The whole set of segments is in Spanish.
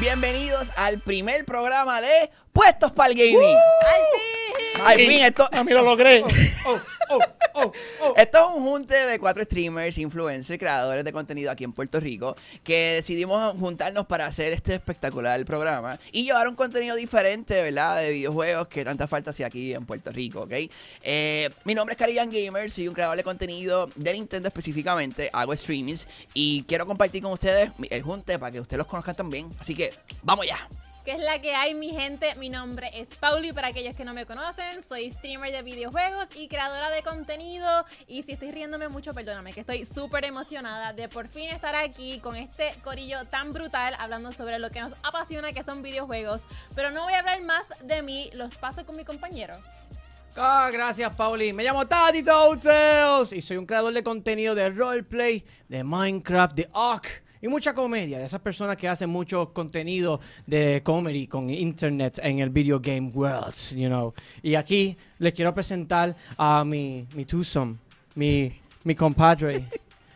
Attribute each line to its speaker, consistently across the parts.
Speaker 1: Bienvenidos al primer programa de Puestos para el Gaming.
Speaker 2: Uh,
Speaker 1: Al fin, esto,
Speaker 3: A mí Ah, lo logré. Oh, oh, oh, oh.
Speaker 1: Esto es un junte de cuatro streamers, influencers, creadores de contenido aquí en Puerto Rico, que decidimos juntarnos para hacer este espectacular programa y llevar un contenido diferente, ¿verdad? De videojuegos que tanta falta hacía aquí en Puerto Rico, ¿ok? Eh, mi nombre es Caribbean Gamer, soy un creador de contenido de Nintendo específicamente, hago streamings y quiero compartir con ustedes mi- el junte para que ustedes los conozcan también. Así que, ¡vamos ya!
Speaker 2: ¿Qué es la que hay, mi gente? Mi nombre es Pauli. Para aquellos que no me conocen, soy streamer de videojuegos y creadora de contenido. Y si estoy riéndome mucho, perdóname, que estoy súper emocionada de por fin estar aquí con este corillo tan brutal hablando sobre lo que nos apasiona, que son videojuegos. Pero no voy a hablar más de mí, los paso con mi compañero.
Speaker 3: Ah, gracias, Pauli. Me llamo Tati Tales y soy un creador de contenido de roleplay, de Minecraft, de Ark y mucha comedia. De esas personas que hacen mucho contenido de comedy con internet en el video game world, you know. Y aquí les quiero presentar a mi, mi twosome, mi, mi compadre,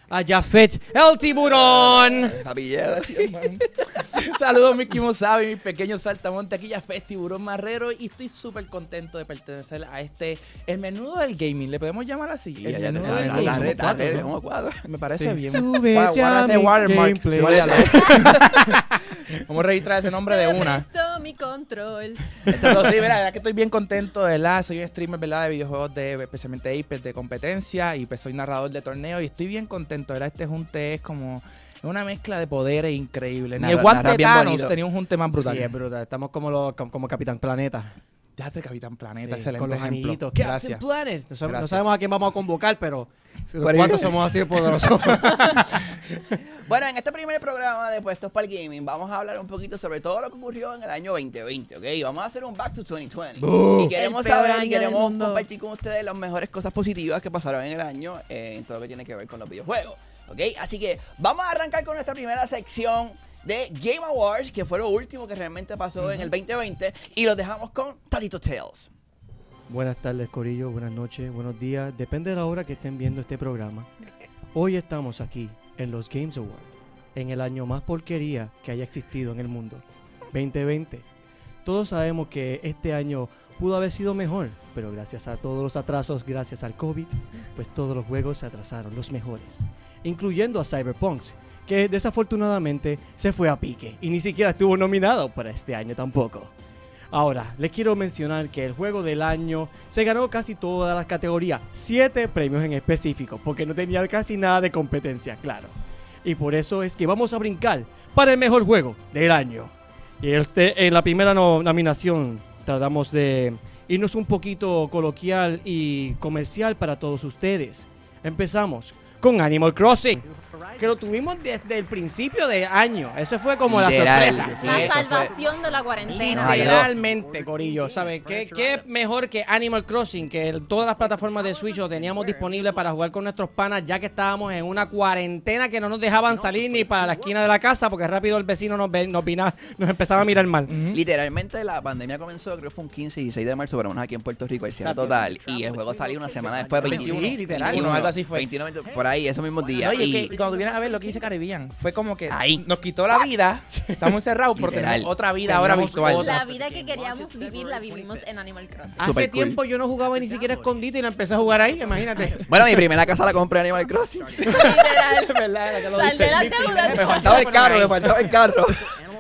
Speaker 3: a Jafet El Tiburón.
Speaker 1: Papi, ya.
Speaker 4: Saludos, mi Kimo Sabi, mi pequeño saltamonte, aquí ya Fes, Tiburón Marrero, y estoy súper contento de pertenecer a este, el menudo del gaming, le podemos llamar así.
Speaker 1: Y
Speaker 4: El
Speaker 1: ya, ya
Speaker 4: menudo
Speaker 1: tenemos
Speaker 4: del
Speaker 1: la-
Speaker 4: gaming.
Speaker 1: la red, la
Speaker 4: Cuatro,
Speaker 1: red,
Speaker 4: ¿no?
Speaker 1: somos cuatro.
Speaker 4: Me parece
Speaker 3: Sí.
Speaker 4: bien.
Speaker 3: Súbete
Speaker 4: Guau,
Speaker 3: a
Speaker 4: guárdate
Speaker 3: mi
Speaker 4: watermark.
Speaker 3: gameplay.
Speaker 4: Sí, guárdalo. Vamos a registrar ese nombre de
Speaker 2: Te
Speaker 4: una.
Speaker 2: presto mi control.
Speaker 4: Pero sí, mira, la verdad que estoy bien contento, ¿verdad? Soy un streamer, ¿verdad? De videojuegos, de, especialmente de Apex, de competencia, y pues soy narrador de torneo, y estoy bien contento, ¿verdad? Este junte es como una mezcla de poderes increíble. Ni
Speaker 1: Narra-
Speaker 4: el guante
Speaker 1: narra bien
Speaker 4: Thanos
Speaker 1: bonito.
Speaker 4: tenía un junte más brutal.
Speaker 3: Sí, es brutal. Estamos como, los, como, como Capitán Planeta.
Speaker 4: Déjate Capitán Planeta,
Speaker 3: Sí,
Speaker 4: excelente
Speaker 3: con los
Speaker 4: ejemplo.
Speaker 3: anillitos. Captain
Speaker 4: Gracias.
Speaker 3: Planet. No, sab- no
Speaker 4: Gracias.
Speaker 3: sabemos a quién vamos a convocar, pero
Speaker 1: Por ahí-
Speaker 3: ¿cuántos somos así de poderosos?
Speaker 1: Bueno, en este primer programa de Puestos para el Gaming vamos a hablar un poquito sobre todo lo que ocurrió en el año 2020, ¿ok? Vamos a hacer un Back to 2020. Y queremos
Speaker 2: El peor
Speaker 1: saber
Speaker 2: año
Speaker 1: y
Speaker 2: del
Speaker 1: queremos
Speaker 2: mundo.
Speaker 1: compartir con ustedes las mejores cosas positivas que pasaron en el año eh, en todo lo que tiene que ver con los videojuegos, ¿ok? Así que vamos a arrancar con nuestra primera sección de Game Awards, que fue lo último que realmente pasó en el 2020, y los dejamos con Tatito Tales.
Speaker 3: Buenas tardes, Corillo. Buenas noches, buenos días. Depende de la hora que estén viendo este programa. Hoy estamos aquí en los Games Awards, en el año más porquería que haya existido en el mundo, 2020. Todos sabemos que este año pudo haber sido mejor, pero gracias a todos los atrasos, gracias al COVID, pues todos los juegos se atrasaron, los mejores, incluyendo a Cyberpunk, que desafortunadamente se fue a pique y ni siquiera estuvo nominado para este año tampoco. Ahora, les quiero mencionar que el juego del año se ganó casi todas las categorías, siete premios en específico, porque no tenía casi nada de competencia, claro. Y por eso es que vamos a brincar para el mejor juego del año. Y este- en la primera no- nominación tratamos de irnos un poquito coloquial y comercial para todos ustedes. Empezamos con Animal Crossing, que lo tuvimos desde el principio del año. Ese fue como la
Speaker 1: Literal,
Speaker 3: sorpresa.
Speaker 1: sí,
Speaker 2: la
Speaker 1: eso fue.
Speaker 2: salvación de la cuarentena.
Speaker 1: Ay,
Speaker 3: Literalmente, Corillo, ¿sabes? ¿Qué, ¿Qué mejor que Animal Crossing? Que el- todas las plataformas de Switch lo teníamos disponible para jugar con nuestros panas, ya que estábamos en una cuarentena que no nos dejaban salir ni para la esquina de la casa, porque rápido el vecino nos, ve- nos, vina- nos empezaba a mirar mal.
Speaker 1: Literalmente la pandemia comenzó, creo que fue un 15 y 16 de marzo, pero menos aquí en Puerto Rico, el cierre
Speaker 3: Exacto.
Speaker 1: total. Y el juego salió una semana después, 25.
Speaker 4: Sí, literal.
Speaker 1: 21,
Speaker 4: Algo así fue.
Speaker 1: 29, por ahí, esos mismos días.
Speaker 4: Oye, que-
Speaker 1: y,
Speaker 4: y cuando vienes a ver lo que dice Caribbean, fue como que
Speaker 1: Ahí.
Speaker 4: nos quitó la vida, estamos encerrados porque
Speaker 1: Literal.
Speaker 4: tenemos otra vida ahora
Speaker 3: Tenemos
Speaker 4: virtual.
Speaker 2: La vida que queríamos vivir la vivimos en Animal Crossing.
Speaker 3: Hace
Speaker 1: Super cool.
Speaker 3: tiempo yo no jugaba ni siquiera escondido y la empecé a jugar ahí, imagínate.
Speaker 1: Bueno, mi primera casa la compré en Animal Crossing.
Speaker 2: Literal.
Speaker 4: ¿Verdad? Era que lo
Speaker 2: Sal de
Speaker 4: dice.
Speaker 2: la
Speaker 4: Mi primer-
Speaker 2: deuda.
Speaker 4: Me faltaba-
Speaker 1: Faltaba el carro, me faltaba el carro.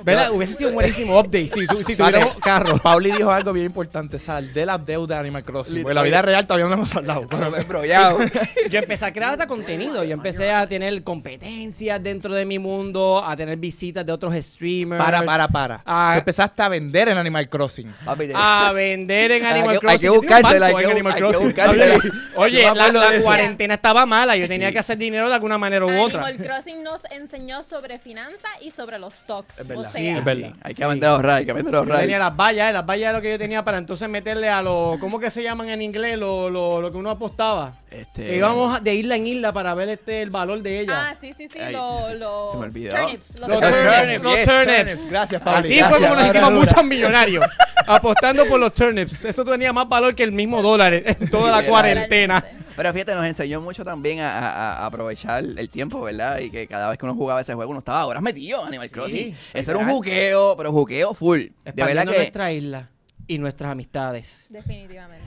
Speaker 3: ¿Verdad? Hubiese sido un buenísimo update si, tu- si tuviéramos carro.
Speaker 4: Pauli dijo algo bien importante, sal de la deuda de Animal Crossing. Porque la vida
Speaker 1: Literal.
Speaker 4: real todavía no hemos saldado.
Speaker 1: Embrollado.
Speaker 3: Yo empecé a crear hasta contenido. Yo empecé a tener competencias dentro de mi mundo, a tener visitas de otros streamers.
Speaker 4: Para, para, para.
Speaker 3: Ah.
Speaker 4: Tú empezaste a vender en Animal Crossing.
Speaker 1: Papi, te-
Speaker 5: Ah,
Speaker 3: A vender en Animal
Speaker 1: Hay que-
Speaker 3: Crossing.
Speaker 1: hay que
Speaker 3: Yo tenía un
Speaker 1: buscársela,
Speaker 3: banco
Speaker 1: hay
Speaker 3: en
Speaker 1: que-
Speaker 3: Animal
Speaker 1: hay que
Speaker 3: Crossing.
Speaker 1: buscársela.
Speaker 3: Oye,
Speaker 4: Yo me
Speaker 3: la,
Speaker 4: acuerdo
Speaker 3: la
Speaker 4: de eso.
Speaker 3: cuarentena estaba mala. Yo tenía que hacer dinero de alguna manera u otra.
Speaker 2: Animal Crossing nos enseñó sobre finanzas y sobre los stocks.
Speaker 1: Es verdad.
Speaker 2: O sea,
Speaker 1: Sí,
Speaker 4: verdad.
Speaker 1: Hay que aprender a ahorrar, hay que aprender a
Speaker 3: Yo tenía
Speaker 1: ahorrar.
Speaker 3: las vallas, eh, las vallas era lo que yo tenía para entonces meterle a lo. ¿Cómo que se llaman en inglés? Lo, lo, lo que uno apostaba.
Speaker 1: Este-
Speaker 3: Que íbamos de isla en isla para ver este el valor de ella.
Speaker 2: ah, sí, sí, sí,
Speaker 1: Ay,
Speaker 2: lo, lo-
Speaker 1: se me olvidó.
Speaker 2: Turnips, lo
Speaker 3: Los
Speaker 1: Los
Speaker 3: turnips,
Speaker 1: turnips,
Speaker 3: los
Speaker 1: yes,
Speaker 3: turnips.
Speaker 4: Gracias, Pauli.
Speaker 3: Así
Speaker 4: Gracias.
Speaker 3: fue como nos
Speaker 1: Pablo
Speaker 3: hicimos
Speaker 1: Dura.
Speaker 3: muchos millonarios. apostando por los turnips. Eso tenía más valor que el mismo dólar en toda la
Speaker 1: Literal.
Speaker 3: cuarentena.
Speaker 1: Pero fíjate, nos enseñó mucho también a, a- a aprovechar el tiempo, ¿verdad? Y que cada vez que uno jugaba ese juego, uno estaba horas metido en Animal Crossing. Eso era un
Speaker 4: exacto.
Speaker 1: juqueo, pero juqueo full. De verdad
Speaker 5: Expandiendo
Speaker 1: que.
Speaker 5: nuestra isla y nuestras amistades.
Speaker 2: Definitivamente.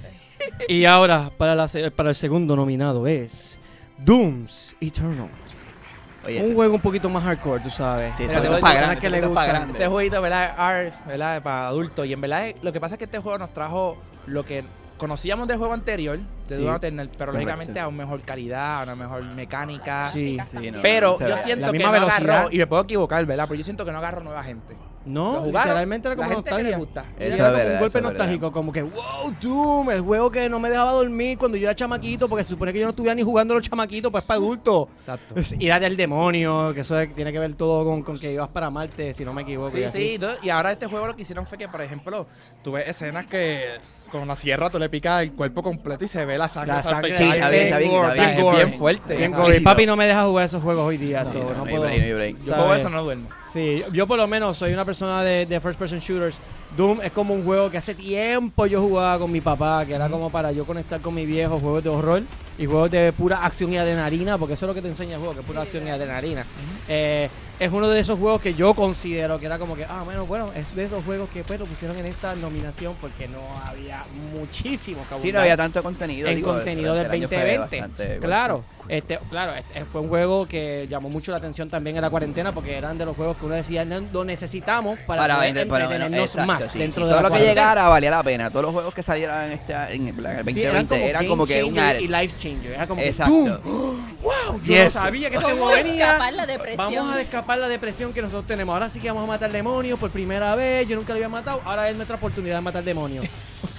Speaker 5: Y ahora, para, la se- para el segundo nominado es Dooms Eternal.
Speaker 1: Oye,
Speaker 5: un juego un poquito más hardcore, tú sabes.
Speaker 1: este Sí,
Speaker 5: Pero
Speaker 1: ese
Speaker 4: juego
Speaker 5: de
Speaker 4: es
Speaker 5: personas
Speaker 1: pa' grande,
Speaker 5: que
Speaker 1: ese
Speaker 5: le
Speaker 1: juego es pa'
Speaker 5: gustan.
Speaker 1: grande.
Speaker 4: Este jueguito, ¿verdad? R, ¿verdad? Para adultos. Y en verdad, eh, lo que pasa es que este juego nos trajo lo que conocíamos del juego anterior, de
Speaker 5: Sí,
Speaker 4: Dune Eternal, pero
Speaker 5: correcto.
Speaker 4: lógicamente a una mejor calidad, a una mejor mecánica.
Speaker 2: Las
Speaker 5: Sí,
Speaker 2: gráficas
Speaker 1: Ah, sí,
Speaker 2: también.
Speaker 1: no.
Speaker 4: Pero
Speaker 1: se
Speaker 4: yo
Speaker 1: ve.
Speaker 4: siento
Speaker 5: La
Speaker 4: que
Speaker 5: misma
Speaker 4: no
Speaker 5: velocidad.
Speaker 4: agarró, y me puedo equivocar, ¿verdad? Pero yo siento que no agarró nueva gente. Lo
Speaker 5: No,
Speaker 4: jugaron,
Speaker 5: literalmente era
Speaker 4: la
Speaker 5: como
Speaker 4: gente que le
Speaker 5: nostalgia.
Speaker 4: gusta.
Speaker 5: Era
Speaker 1: Eso es
Speaker 5: como
Speaker 1: verdad,
Speaker 5: un
Speaker 1: eso
Speaker 5: golpe
Speaker 1: es verdad.
Speaker 5: nostálgico, como que, wow, Doom, el juego que no me dejaba dormir cuando yo era chamaquito, porque se supone que yo no estuviera ni jugando a los chamaquitos, pues para adultos.
Speaker 4: Exacto.
Speaker 5: Y era del demonio, que eso es- tiene que ver todo con, con que ibas para Marte, si no me equivoco. y
Speaker 4: Sí,
Speaker 5: así.
Speaker 4: sí, no, y ahora este juego lo que hicieron fue que, por ejemplo, tú ves escenas que con la sierra tú le picas el cuerpo completo y se ve la sangre.
Speaker 5: La
Speaker 4: saltar.
Speaker 5: sangre.
Speaker 1: Sí, está bien, está bien, está bien.
Speaker 4: Bien gore,
Speaker 1: bien,
Speaker 4: bien fuerte.
Speaker 5: Bien,
Speaker 1: Ajá.
Speaker 5: Kobe.
Speaker 1: Sí,
Speaker 5: Papi
Speaker 1: no.
Speaker 5: no me deja jugar esos juegos hoy día,
Speaker 1: Sí,
Speaker 5: so,
Speaker 1: no,
Speaker 5: no,
Speaker 1: no hay
Speaker 5: puedo.
Speaker 1: break, no hay break.
Speaker 4: Yo
Speaker 5: ¿Sabes?
Speaker 4: por eso no duermo.
Speaker 5: Sí, yo por lo menos soy una persona de, de first person shooters. Doom es como un juego que hace tiempo yo jugaba con mi papá, que era como para yo conectar con mi viejo, juegos de horror y juegos de pura acción y adrenalina, porque eso es lo que te enseña el juego, que es pura acción y adrenalina. Eh, es uno de esos juegos que yo considero que era como que, ah, bueno, bueno, es de esos juegos que pues lo pusieron en esta nominación porque no había muchísimos
Speaker 1: Sí,
Speaker 5: que
Speaker 1: no
Speaker 5: abundar
Speaker 1: había tanto contenido.
Speaker 5: en
Speaker 1: digo,
Speaker 5: contenido del
Speaker 1: durante el año fue
Speaker 5: 2020.
Speaker 1: bastante-
Speaker 5: Claro, este, claro, este fue un juego que llamó mucho la atención también en la cuarentena porque eran de los juegos que uno decía "No, lo necesitamos para,
Speaker 1: para
Speaker 5: poder
Speaker 1: vender para vender,
Speaker 5: entretenernos
Speaker 1: exacto,
Speaker 5: más
Speaker 1: sí,
Speaker 5: dentro
Speaker 1: sí.
Speaker 5: de
Speaker 1: todo
Speaker 5: la
Speaker 1: lo que
Speaker 5: cuarentena".
Speaker 1: llegara valía la pena todos los juegos que salieran en, este, en el plan, el
Speaker 5: Sí,
Speaker 1: 2020
Speaker 5: eran como
Speaker 1: era
Speaker 5: game
Speaker 1: como que un
Speaker 5: changer
Speaker 1: área
Speaker 5: y life changer, era como que,
Speaker 1: exacto
Speaker 5: ¡pum! wow, yo no
Speaker 1: Yes.
Speaker 5: sabía que este
Speaker 2: ¿Cómo
Speaker 5: juego venía.
Speaker 2: escapar la depresión?
Speaker 5: Vamos a escapar la depresión que nosotros tenemos. Ahora sí que vamos a matar demonios por primera vez. Yo nunca lo había matado. Ahora es nuestra oportunidad de matar demonios.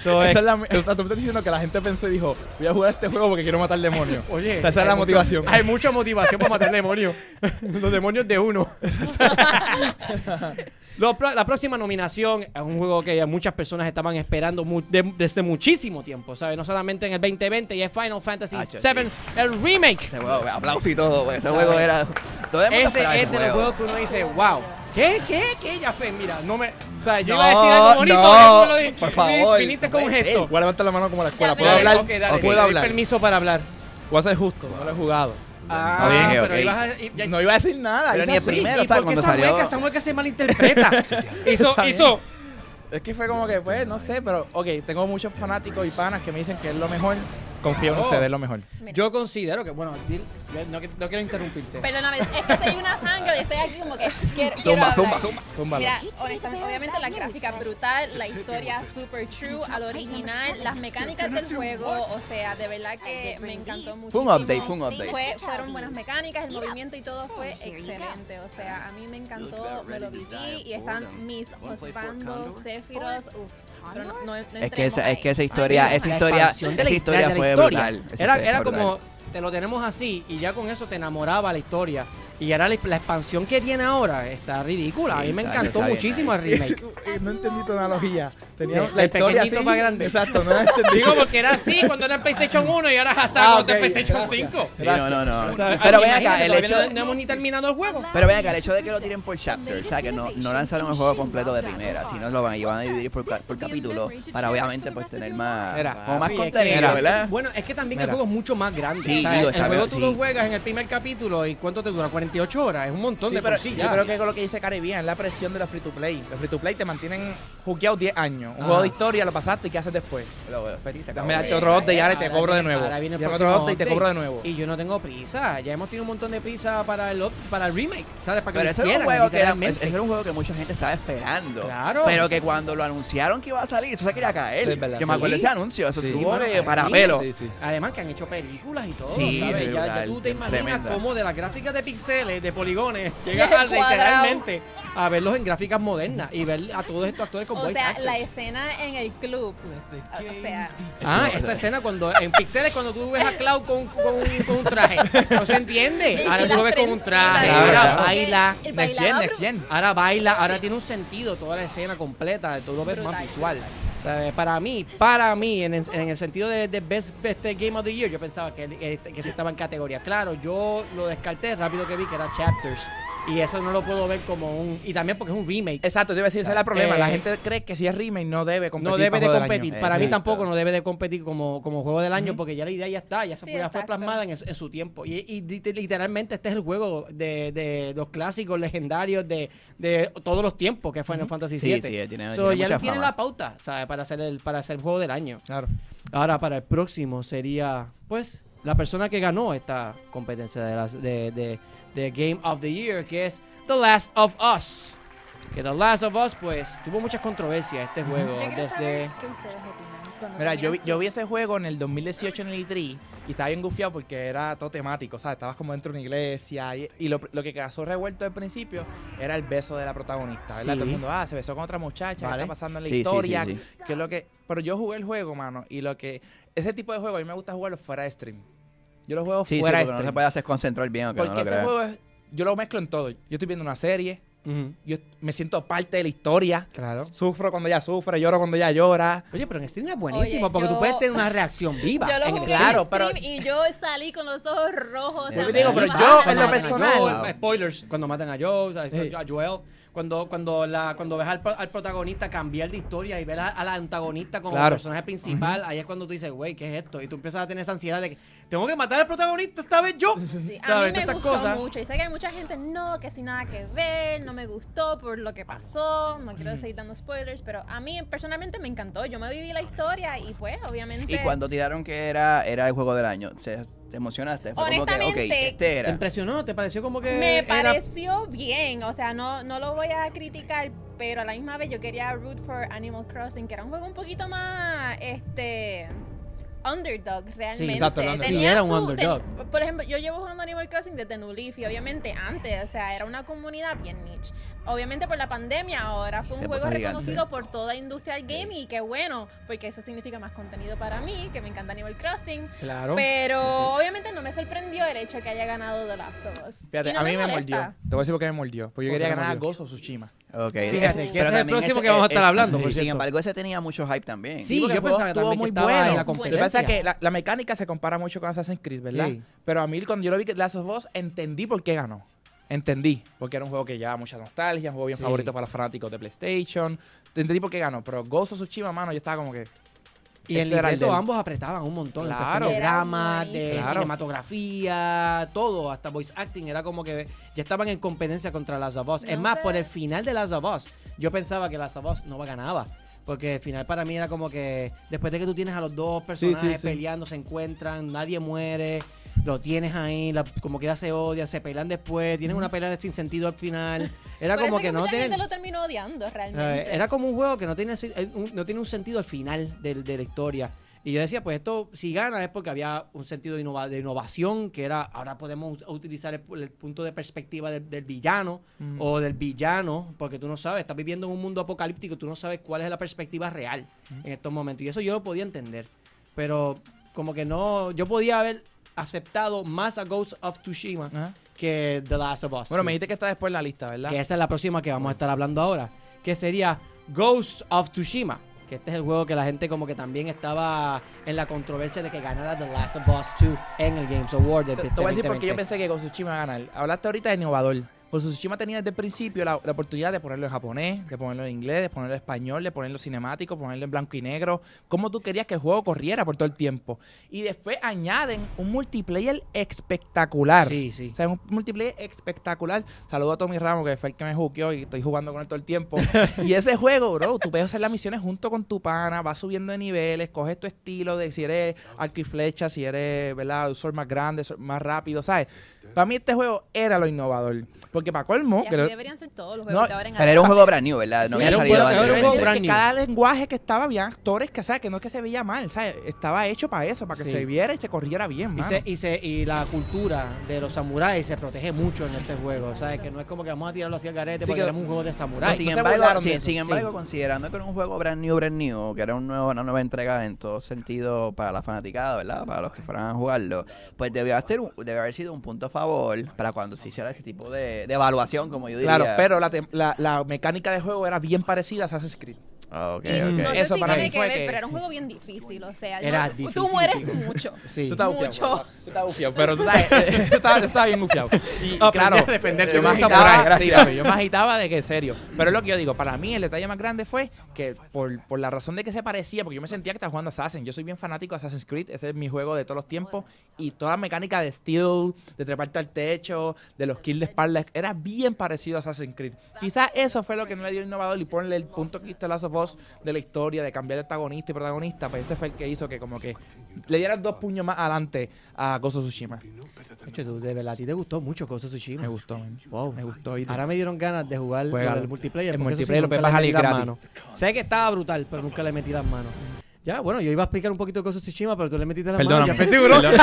Speaker 5: So,
Speaker 4: Esa
Speaker 5: es-
Speaker 4: es la, o sea, Pues, tú me estás diciendo que la gente pensó y dijo, voy a jugar este juego porque quiero matar demonios.
Speaker 5: Oye,
Speaker 4: O sea, esa es
Speaker 5: hay
Speaker 4: la
Speaker 5: mucho-
Speaker 4: motivación.
Speaker 5: hay mucha motivación para matar demonios. Los demonios de uno. Lo pro- la próxima nominación es un juego que muchas personas estaban esperando mu- de- desde muchísimo tiempo, ¿sabes? No solamente en el 2020, y es Final Fantasy
Speaker 1: Ah, yo
Speaker 5: VII, el remake.
Speaker 1: ese juego aplausos y todo porque ese juego era todo el mundo
Speaker 5: Ese
Speaker 1: esperaba
Speaker 5: es de los juegos que uno dice, wow. ¿Qué? ¿Qué? ¿Qué? Ya fue, mira, no me... O sea, yo iba a
Speaker 1: No,
Speaker 5: decir algo bonito,
Speaker 1: no,
Speaker 5: pero tú me lo di-
Speaker 1: por
Speaker 5: vi-
Speaker 1: favor,
Speaker 5: Viniste
Speaker 1: no
Speaker 5: con un
Speaker 1: puede ser.
Speaker 5: gesto.
Speaker 4: Voy a levantar la mano como la escuela.
Speaker 2: Ya,
Speaker 4: ¿Puedo
Speaker 2: pero-
Speaker 4: hablar?
Speaker 5: Ok, dale,
Speaker 1: Ok.
Speaker 5: te doy
Speaker 4: ¿Puedo hablar?
Speaker 5: permiso para hablar.
Speaker 4: Voy a ser justo, no lo he jugado.
Speaker 5: Ah,
Speaker 1: bien,
Speaker 5: pero
Speaker 1: ok.
Speaker 5: ibas a- y- ya-
Speaker 4: No iba a decir nada.
Speaker 1: Pero
Speaker 4: hice
Speaker 1: ni el
Speaker 4: así.
Speaker 1: primero, ¿sabes?
Speaker 5: ¿Y por qué
Speaker 1: Cuando
Speaker 5: esa
Speaker 1: salió-
Speaker 5: hueca? Esa hueca se malinterpreta. hizo,
Speaker 4: Está bien.
Speaker 5: hizo.
Speaker 4: Es que fue como que, pues, no sé, pero, ok, tengo muchos fanáticos y panas que me dicen que es lo mejor. Confío en
Speaker 5: Oh.
Speaker 4: ustedes, es lo mejor.
Speaker 2: Mira,
Speaker 5: Yo considero que, bueno, dil- no, no quiero interrumpirte.
Speaker 2: Perdóname, es que soy una fangirl y estoy aquí como que quiero, quiero
Speaker 1: zumba
Speaker 2: hablar.
Speaker 1: zumba zumba
Speaker 4: Zúmbalo.
Speaker 2: Mira, honestamente, obviamente la gráfica brutal, la historia super true, al original, las mecánicas del juego, o sea, de verdad que me encantó mucho.
Speaker 1: Fue un update, fue un update.
Speaker 2: Fue- fueron buenas mecánicas, el movimiento y todo fue excelente. O sea, a mí me encantó, me lo viví y están mis Osvaldo, Sephiroth, uff. Pero no, no, no
Speaker 1: es que esa,
Speaker 2: entremos
Speaker 1: es que
Speaker 2: ahí.
Speaker 1: esa historia
Speaker 5: Ay,
Speaker 1: esa
Speaker 5: la
Speaker 1: historia
Speaker 5: expansión de
Speaker 1: esa
Speaker 5: la-
Speaker 1: historia
Speaker 5: de la
Speaker 1: fue
Speaker 5: historia.
Speaker 1: brutal esa
Speaker 5: Era,
Speaker 1: historia
Speaker 5: era
Speaker 1: fue brutal.
Speaker 5: como, te lo tenemos así y ya con eso te enamoraba la historia. Y ahora la, la expansión que tiene ahora está ridícula. A mí
Speaker 1: Sí,
Speaker 5: me
Speaker 1: está-
Speaker 5: encantó
Speaker 1: está bien,
Speaker 5: muchísimo
Speaker 1: está
Speaker 5: el remake.
Speaker 4: no entendí tu analogía.
Speaker 5: Tenía
Speaker 4: Tenía
Speaker 5: la historia así.
Speaker 4: Exacto, no entendí.
Speaker 5: Digo, porque era así cuando era en PlayStation 1 y ahora es así
Speaker 4: Ah,
Speaker 5: cuando es
Speaker 4: ok,
Speaker 5: PlayStation
Speaker 4: gracias.
Speaker 5: 5.
Speaker 1: Sí, no no no
Speaker 5: O sea,
Speaker 1: pero ven
Speaker 5: imagínate,
Speaker 1: acá el
Speaker 5: todavía
Speaker 1: hecho
Speaker 5: no, no hemos ni terminado el juego.
Speaker 1: Pero ven acá, el hecho de que lo tiren por chapter, o sea, que no, no lanzaron el juego completo de primera, sino lo van, y van a dividir por, ca- por capítulo para obviamente pues tener más,
Speaker 4: Mira,
Speaker 1: como más
Speaker 5: Papi, es que-
Speaker 1: contenido,
Speaker 5: mira,
Speaker 1: ¿verdad?
Speaker 5: Bueno, es que también el
Speaker 4: Mira.
Speaker 5: juego es mucho más grande.
Speaker 1: Sí,
Speaker 5: o sea,
Speaker 1: digo,
Speaker 5: el
Speaker 1: está
Speaker 5: juego
Speaker 1: bien,
Speaker 5: tú
Speaker 1: sí.
Speaker 5: lo juegas en el primer capítulo y ¿cuánto te dura? 48 horas. Es un montón
Speaker 4: Sí,
Speaker 5: de
Speaker 4: pero
Speaker 5: por sí
Speaker 4: yo
Speaker 5: ya.
Speaker 4: creo que con lo que dice Caribbean es la presión de los free to play. Los free to play te mantienen juqueado 10 años. Un
Speaker 5: Ajá.
Speaker 4: juego de historia, lo pasaste y ¿qué haces después?
Speaker 1: Bueno, bueno, sí, se acabó.
Speaker 4: Dame darte
Speaker 2: Exacto.
Speaker 4: otro update y ahora te
Speaker 5: Ahora
Speaker 4: cobro de
Speaker 5: viene-
Speaker 4: nuevo.
Speaker 5: ahora viene el
Speaker 4: Dame
Speaker 5: próximo
Speaker 4: otro update y te
Speaker 5: update.
Speaker 4: cobro de nuevo.
Speaker 5: Y yo no tengo prisa. Ya hemos tenido un montón de prisa para el, op- para el remake. ¿Sabes? Para que
Speaker 1: Pero
Speaker 5: lo
Speaker 1: ese era, un
Speaker 5: hicieran,
Speaker 1: juego que era,
Speaker 5: literalmente.
Speaker 1: ese era un juego que mucha gente estaba esperando.
Speaker 5: Claro.
Speaker 1: Pero que cuando lo anunciaron que iba a salir, eso se quería caer.
Speaker 4: Sí, es verdad.
Speaker 1: Yo me acuerdo
Speaker 5: Sí.
Speaker 1: ese anuncio, eso
Speaker 5: Sí,
Speaker 1: estuvo
Speaker 5: mano,
Speaker 1: de
Speaker 5: sí.
Speaker 1: parapelo.
Speaker 4: Sí, sí.
Speaker 5: Además que han hecho películas y todo,
Speaker 1: eh, Sí,
Speaker 5: ¿sabes? Ya- Ya,
Speaker 1: brutal,
Speaker 5: tú te imaginas
Speaker 1: tremenda.
Speaker 5: cómo de las gráficas de pixeles, de poligones, llegas a
Speaker 2: Cuadrado.
Speaker 5: literalmente a verlos en gráficas modernas y ver a todos estos actores con
Speaker 2: O
Speaker 5: voice
Speaker 2: sea,
Speaker 5: actors.
Speaker 2: la escena en el club. O sea,
Speaker 5: Ah, esa escena cuando en pixeles cuando tú ves a Cloud con, con, un- con un traje. No se entiende.
Speaker 2: Y-
Speaker 5: Ahora
Speaker 2: y
Speaker 5: tú
Speaker 2: las
Speaker 5: lo ves con un
Speaker 2: trencitas,
Speaker 5: traje.
Speaker 1: ¿no?
Speaker 5: Ahora
Speaker 1: Claro.
Speaker 5: baila.
Speaker 2: El
Speaker 4: Next
Speaker 2: bailador
Speaker 4: Gen, Next Gen.
Speaker 5: Ahora baila. Ahora tiene un sentido toda la escena completa. Tú lo ves más
Speaker 2: Brutal.
Speaker 5: visual. O sea, Para mí, para mí, en, el- en el sentido de, de best, best Game of the este, Year, yo pensaba que, que, que se estaba en categoría. Claro, yo lo descarté rápido que vi que era Chapters. Y eso no lo puedo ver como un. Y también porque es un remake.
Speaker 4: Exacto, debe decir, ese era el problema.
Speaker 5: Eh,
Speaker 4: la gente cree que si es remake no debe competir.
Speaker 5: no debe
Speaker 4: para
Speaker 5: de
Speaker 4: Juego del
Speaker 5: competir.
Speaker 4: Año.
Speaker 5: Para mí
Speaker 1: Exacto.
Speaker 5: tampoco no debe de competir como, como juego del año, porque ya la idea ya está, ya se
Speaker 2: Sí,
Speaker 5: fue- ya fue
Speaker 2: exacto.
Speaker 5: plasmada en, su- en su tiempo. Y, y lit- literalmente este es el juego de, de los clásicos legendarios de, de todos los tiempos que fue en el Fantasy
Speaker 1: Sí,
Speaker 5: VII.
Speaker 1: sí, tiene- tiene
Speaker 5: So, ya
Speaker 1: mucha
Speaker 5: le tiene
Speaker 1: fama.
Speaker 5: la pauta, ¿sabes? Para hacer el, para hacer el juego del año.
Speaker 4: Claro.
Speaker 3: Ahora, para el próximo.
Speaker 5: Como sería, pues, la persona que ganó esta competencia de, las, de, de- de Game of the Year, que es The Last of Us. Que The Last of Us, pues, tuvo muchas controversias este juego.
Speaker 2: Yo quiero
Speaker 5: desde...
Speaker 2: saber qué ustedes opinan. cuando
Speaker 4: Mira, yo vi,
Speaker 2: terminan.
Speaker 4: yo vi ese juego en el 2018 en el E3 y estaba bien gufiado porque era todo temático, ¿sabes? Estabas como dentro de una iglesia y, y lo, lo que causó revuelto al principio era el beso de la protagonista, ¿verdad?
Speaker 5: Sí.
Speaker 4: Todo el mundo, ah, se besó con otra muchacha,
Speaker 5: Vale.
Speaker 4: ¿qué está pasando en la
Speaker 1: Sí, sí, sí,
Speaker 4: historia?
Speaker 1: sí.
Speaker 4: Que es lo que, pero yo jugué el juego, mano, y lo que... Ese tipo de juego a mí me gusta jugarlo fuera de stream. Yo lo juego
Speaker 1: Sí, sí,
Speaker 4: fuera
Speaker 1: porque
Speaker 5: este.
Speaker 4: de
Speaker 1: no
Speaker 4: stream.
Speaker 1: se puede hacer concentrar bien o que
Speaker 4: porque
Speaker 1: no lo
Speaker 4: ese
Speaker 1: crea.
Speaker 4: juego es- yo lo mezclo en todo. Yo estoy viendo una serie,
Speaker 5: Ujú,
Speaker 4: yo me siento parte de la historia.
Speaker 5: claro.
Speaker 4: Sufro cuando ella sufre, lloro cuando ella llora.
Speaker 5: Oye, pero en stream es buenísimo
Speaker 2: Oye,
Speaker 5: porque
Speaker 2: yo-
Speaker 5: tú puedes tener una reacción viva.
Speaker 2: Yo lo
Speaker 5: en
Speaker 2: jugué
Speaker 5: claro,
Speaker 2: en stream y yo salí con los ojos rojos.
Speaker 1: Yo
Speaker 2: también.
Speaker 1: digo, pero
Speaker 2: Y
Speaker 1: yo,
Speaker 2: bajan
Speaker 4: en
Speaker 2: la
Speaker 4: lo
Speaker 2: mano.
Speaker 4: personal-
Speaker 1: Wow.
Speaker 5: spoilers, cuando matan a Joe, ¿sabes?
Speaker 4: Sí.
Speaker 5: a Joel, cuando, cuando, la, cuando ves al, pro- al protagonista cambiar de historia y ver a- al antagonista como
Speaker 4: Claro.
Speaker 5: personaje principal, ahí es cuando tú dices, güey, ¿qué es esto? Y tú empiezas a tener esa ansiedad de que tengo que matar al protagonista esta vez yo.
Speaker 2: Sí, a mí
Speaker 5: ¿Sabes?
Speaker 2: me
Speaker 5: Estas
Speaker 2: gustó
Speaker 5: cosas.
Speaker 2: mucho. Y sé que hay mucha gente, no, que sin nada que ver, no me gustó por lo que pasó. No quiero seguir dando spoilers, pero a mí personalmente me encantó. Yo me viví la historia y pues, obviamente.
Speaker 1: Y cuando tiraron que era, era el juego del año, se- te emocionaste. Fue como que, ok,
Speaker 2: Honestamente,
Speaker 1: este
Speaker 5: ¿Te
Speaker 1: era.
Speaker 5: impresionó? ¿Te pareció como que
Speaker 2: Me
Speaker 5: era-
Speaker 2: pareció bien, o sea, no, no lo voy a criticar, pero a la misma vez yo quería root for Animal Crossing, que era un juego un poquito más, este, underdog realmente.
Speaker 5: exacto, el underdog.
Speaker 2: Tenía
Speaker 5: Sí, era un
Speaker 2: su-
Speaker 5: underdog.
Speaker 2: ten- por ejemplo, yo llevo jugando Animal Crossing desde Nulifi, obviamente antes, o sea, era una comunidad bien niche. Obviamente por la pandemia ahora fue un
Speaker 1: Se
Speaker 2: juego
Speaker 1: puso gigante.
Speaker 2: reconocido por toda industrial gaming y qué bueno, porque eso significa más contenido para mí, que me encanta Animal Crossing.
Speaker 5: Claro.
Speaker 2: Pero obviamente no me sorprendió el hecho que haya ganado The Last of Us.
Speaker 4: Fíjate,
Speaker 2: Y no
Speaker 4: a mí me,
Speaker 2: molesta.
Speaker 4: mordió. Te voy a decir por qué me mordió. Porque yo
Speaker 5: ¿Por
Speaker 4: quería
Speaker 5: qué te
Speaker 4: ganar a
Speaker 5: mordió?
Speaker 4: Ghost of Tsushima.
Speaker 1: Ok,
Speaker 2: Sí,
Speaker 1: diga-
Speaker 2: ese- que ese
Speaker 1: pero
Speaker 3: es el
Speaker 1: también
Speaker 3: próximo que vamos a estar hablando, por
Speaker 1: Sin
Speaker 3: cierto.
Speaker 1: embargo, ese tenía mucho hype también.
Speaker 5: Sí, yo
Speaker 4: porque el juego
Speaker 5: pensaba que
Speaker 4: estuvo
Speaker 5: también que
Speaker 4: muy
Speaker 5: estaba
Speaker 4: bueno.
Speaker 5: en la
Speaker 2: Lo que
Speaker 4: Lo que
Speaker 5: competencia.
Speaker 4: pasa es que la, la mecánica se compara mucho con Assassin's Creed, ¿verdad?
Speaker 5: Sí.
Speaker 4: Pero a mí, cuando yo lo vi que Last of Us, entendí por qué ganó. Entendí. Porque era un juego que llevaba mucha nostalgia, un juego bien
Speaker 5: Sí.
Speaker 4: favorito para los fanáticos de PlayStation. Entendí por qué ganó. Pero Ghost of Tsushima, mano, yo estaba como que.
Speaker 5: Y el
Speaker 4: Este era el
Speaker 5: libreto
Speaker 4: del-
Speaker 5: ambos apretaban un montón. en
Speaker 4: Claro.
Speaker 5: cuestión De
Speaker 2: Era
Speaker 5: drama, de
Speaker 2: buenísimo.
Speaker 4: Claro.
Speaker 5: cinematografía, todo, hasta voice acting. Era como que ya estaban en competencia contra Last of Us. es
Speaker 2: No
Speaker 5: más,
Speaker 2: sé.
Speaker 5: por el final de Last of Us, yo pensaba que Last of Us no ganaba. Porque el final para mí era como que después de que tú tienes a los dos personajes
Speaker 4: sí.
Speaker 5: peleando, se encuentran, nadie muere, lo tienes ahí, la- como que ya se odian, se pelean después, tienen una pelea sin sentido al final. Era
Speaker 2: Por
Speaker 5: como
Speaker 2: eso
Speaker 5: que, no
Speaker 2: mucha
Speaker 5: tienen.
Speaker 2: gente lo terminó odiando
Speaker 5: Eh,
Speaker 2: realmente.
Speaker 5: Era como un juego que no tiene, si- eh, un- no tiene un sentido al final del- de, la historia. Y yo decía, pues esto, si gana es porque había un sentido de, innova- de innovación, que era, ahora podemos u- utilizar el, pu- el punto de perspectiva del, del villano
Speaker 4: Mm.
Speaker 5: o del villano, porque tú no sabes, estás viviendo en un mundo apocalíptico, tú no sabes cuál es la perspectiva real en estos momentos. Y eso yo lo podía entender. Pero como que no, yo podía haber aceptado más a Ghost of Tsushima
Speaker 4: Ajá.
Speaker 5: que The Last of Us.
Speaker 4: Ah. Bueno,
Speaker 5: Sí
Speaker 4: me dijiste que está después en la lista, ¿verdad?
Speaker 5: que esa es la próxima que vamos a estar hablando ahora, que sería Ghost of Tsushima, que este es el juego que la gente como que también estaba en la controversia de que ganara The Last of Us 2 en el Games Award este del
Speaker 4: Te,
Speaker 5: 2020.
Speaker 4: te voy a decir porque yo pensé que Ghost of Tsushima iba a ganar. Hablaste ahorita de innovador. Ghost of Tsushima tenía desde el principio la, la oportunidad de ponerlo en japonés, de ponerlo en inglés, de ponerlo en español, de ponerlo cinemático, ponerlo en blanco y negro. Como tú querías que el juego corriera por todo el tiempo. Y después añaden un multiplayer espectacular.
Speaker 5: Sí, sí.
Speaker 4: O sea, un multiplayer espectacular. Saludo a Tommy Ramos, que fue el que me juqueó y estoy jugando con él todo el tiempo. y ese juego, bro, tú puedes hacer las misiones junto con tu pana, vas subiendo de niveles, coges tu estilo de si eres arco y flecha, si eres, ¿verdad? Usuario más grande, usuario más rápido, ¿sabes? Para mí este juego era lo innovador. Porque para colmo...
Speaker 2: Y así
Speaker 4: que lo-
Speaker 2: deberían ser todos los juegos
Speaker 4: No,
Speaker 2: de ahora en
Speaker 1: Pero era un juego brand new, ¿verdad? No
Speaker 5: Sí,
Speaker 1: había
Speaker 5: era un
Speaker 1: salido
Speaker 5: juego- era un
Speaker 1: antes.
Speaker 5: juego
Speaker 4: Pero
Speaker 5: brand
Speaker 4: es que
Speaker 5: new.
Speaker 4: cada lenguaje que estaba, había actores que, ¿sabes? Que no es que se veía mal, ¿sabes? Estaba hecho para eso, para que
Speaker 5: Sí.
Speaker 4: se viera y se corriera bien,
Speaker 5: Y,
Speaker 4: mano.
Speaker 5: se- y, se- y la cultura de los samuráis se protege mucho en este juego,
Speaker 2: Exacto.
Speaker 5: ¿sabes? Que no es como que vamos a tirarlo hacia el garete
Speaker 4: Sí,
Speaker 5: porque
Speaker 4: que-
Speaker 5: tenemos un juego de
Speaker 1: Pero
Speaker 5: samuráis.
Speaker 1: sin
Speaker 4: no se
Speaker 1: embargo,
Speaker 4: burlaron
Speaker 1: sin,
Speaker 4: de eso.
Speaker 1: sin embargo
Speaker 5: Sí.
Speaker 1: considerando que era un juego brand new, brand new, que era un nuevo, una nueva entrega en todo sentido para la fanaticada, ¿verdad? Para los que fueran a jugarlo, pues debió, ser un- debió haber sido un punto a favor para cuando se hiciera este tipo de, de evaluación, como yo diría.
Speaker 4: Claro, pero la, tem- la- la mecánica de juego era bien parecida a Assassin's Creed.
Speaker 1: Ah, Ok,
Speaker 4: Y-
Speaker 1: ok.
Speaker 2: No sé
Speaker 4: Eso
Speaker 2: si
Speaker 4: para
Speaker 2: tiene
Speaker 4: mí
Speaker 2: que
Speaker 4: fue
Speaker 2: ver,
Speaker 4: que-
Speaker 2: pero era un juego bien difícil, o sea,
Speaker 5: Era
Speaker 2: no-
Speaker 5: difícil,
Speaker 2: tú mueres
Speaker 5: tío.
Speaker 2: mucho.
Speaker 5: Sí.
Speaker 4: Tú estabas
Speaker 2: Mucho.
Speaker 4: gufiado. estaba bufiado, pero tú sabes, yo estaba, yo estaba bien bufiado. Y, y claro,
Speaker 6: a defenderte,
Speaker 4: yo me
Speaker 6: Massa
Speaker 4: agitaba,
Speaker 6: Morales,
Speaker 4: sí,
Speaker 6: gracias.
Speaker 4: papi, yo me agitaba de que serio. Pero es lo que yo digo, para mí el detalle más grande fue que por, por la razón de que se parecía, porque yo me sentía que estaba jugando Assassin. Yo soy bien fanático de Assassin's Creed, ese es mi juego de todos los tiempos. Y toda la mecánica de Steel, de treparte al techo, de los kills de espaldas, era bien parecido a Assassin's Creed. Quizás eso fue lo que no le dio innovador y ponle el punto que hizo Last of Us de la historia, de cambiar de antagonista y protagonista, pues ese fue el que hizo que como que le dieran dos puños más adelante a Ghost of Tsushima.
Speaker 5: Oye, tú, de verdad, a ti te gustó mucho Ghost of Tsushima.
Speaker 4: Me gustó, man.
Speaker 5: Wow.
Speaker 4: me gustó. y-
Speaker 5: Ahora me dieron ganas de jugar
Speaker 4: Juega.
Speaker 5: el multiplayer.
Speaker 4: El
Speaker 5: porque eso sí,
Speaker 4: multiplayer lo
Speaker 5: nunca le
Speaker 4: puedes bajar
Speaker 5: metí
Speaker 4: y
Speaker 5: las
Speaker 4: gratis.
Speaker 5: manos. Sé que estaba brutal, pero nunca le metí las manos. Ya, bueno, yo iba a explicar un poquito de Ghost of Tsushima, pero tú le metiste las
Speaker 4: Perdóname.
Speaker 5: manos. Ya-
Speaker 4: Perdóname.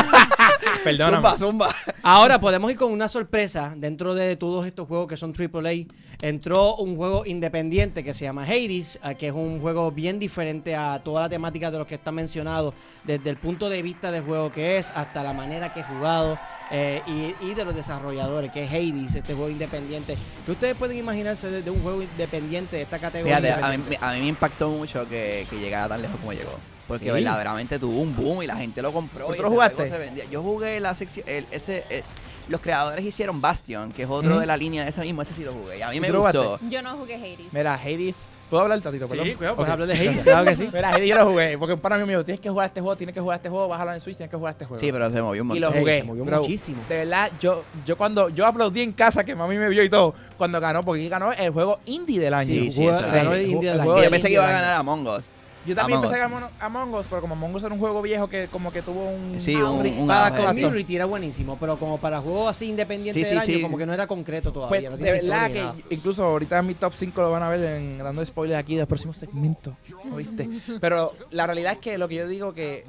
Speaker 4: Perdóname.
Speaker 1: Zumba, zumba.
Speaker 5: Ahora podemos ir con una sorpresa dentro de todos estos juegos que son AAA. Entró un juego independiente que se llama Hades, ah, que es un juego bien diferente a toda la temática de los que están mencionados, desde el punto de vista del juego que es hasta la manera que es jugado eh, y, y de los desarrolladores, que es Hades, este juego independiente. ¿Qué ustedes pueden imaginarse de, de un juego independiente de esta categoría?
Speaker 1: Fíjate, a mí,
Speaker 5: independiente?
Speaker 1: a mí me impactó mucho que, que llegara tan lejos como llegó. Porque
Speaker 5: Sí.
Speaker 1: verdaderamente tuvo un boom y la gente lo compró.
Speaker 4: ¿Tú
Speaker 1: y
Speaker 4: lo
Speaker 1: ese
Speaker 4: jugaste?
Speaker 1: juego se vendía. Yo jugué la sección. el- ese, eh, los creadores hicieron Bastion, que es otro
Speaker 4: Ujú.
Speaker 1: de la línea de ese mismo. Ese sí lo jugué. Y a mí
Speaker 4: ¿Y
Speaker 1: me
Speaker 4: tú lo jugaste?
Speaker 1: gustó.
Speaker 2: Yo no jugué Hades.
Speaker 4: Mira, Hades. ¿Puedo hablar, Tatito? Perdón.
Speaker 3: Sí, claro,
Speaker 4: Ok.
Speaker 3: pues habla de Hades, claro que sí.
Speaker 4: Mira, Hades yo lo jugué. Porque para mí me dijo, tienes que jugar a este juego, tienes que jugar a este juego, bájalo en Switch, tienes que jugar a este juego.
Speaker 1: Sí, pero se movió un
Speaker 4: y
Speaker 1: montón.
Speaker 4: lo
Speaker 5: Ey,
Speaker 4: jugué.
Speaker 5: se movió
Speaker 4: bro.
Speaker 5: muchísimo.
Speaker 4: De verdad, yo, yo cuando yo aplaudí en casa que mami me vio y todo, cuando ganó, porque ganó el juego indie del año.
Speaker 1: Sí, sí,
Speaker 4: Jugó-
Speaker 1: eso
Speaker 4: el
Speaker 1: era.
Speaker 4: juego-
Speaker 5: Ganó el indie del
Speaker 4: el
Speaker 5: año.
Speaker 4: juego
Speaker 1: Y
Speaker 4: del
Speaker 1: yo pensé que
Speaker 4: indie
Speaker 1: iba a
Speaker 4: del
Speaker 1: ganar
Speaker 4: año.
Speaker 1: Among Us.
Speaker 4: Yo también
Speaker 1: Among
Speaker 4: pensé que ganó Among Us, pero como Among Us era un juego viejo que como que tuvo un
Speaker 1: Sí, un, un
Speaker 4: Para
Speaker 1: auge.
Speaker 4: Community.
Speaker 5: Community era buenísimo, pero como para juegos así independientes
Speaker 1: Sí, sí,
Speaker 5: del año,
Speaker 1: sí.
Speaker 5: como que no era concreto todavía.
Speaker 4: Pues
Speaker 5: no
Speaker 4: de
Speaker 5: tiene
Speaker 4: verdad
Speaker 5: historia
Speaker 4: que
Speaker 5: ni nada.
Speaker 4: incluso ahorita en mi top 5 lo van a ver en, dando spoilers aquí del próximo segmento, ¿oíste? Pero la realidad es que lo que yo digo que,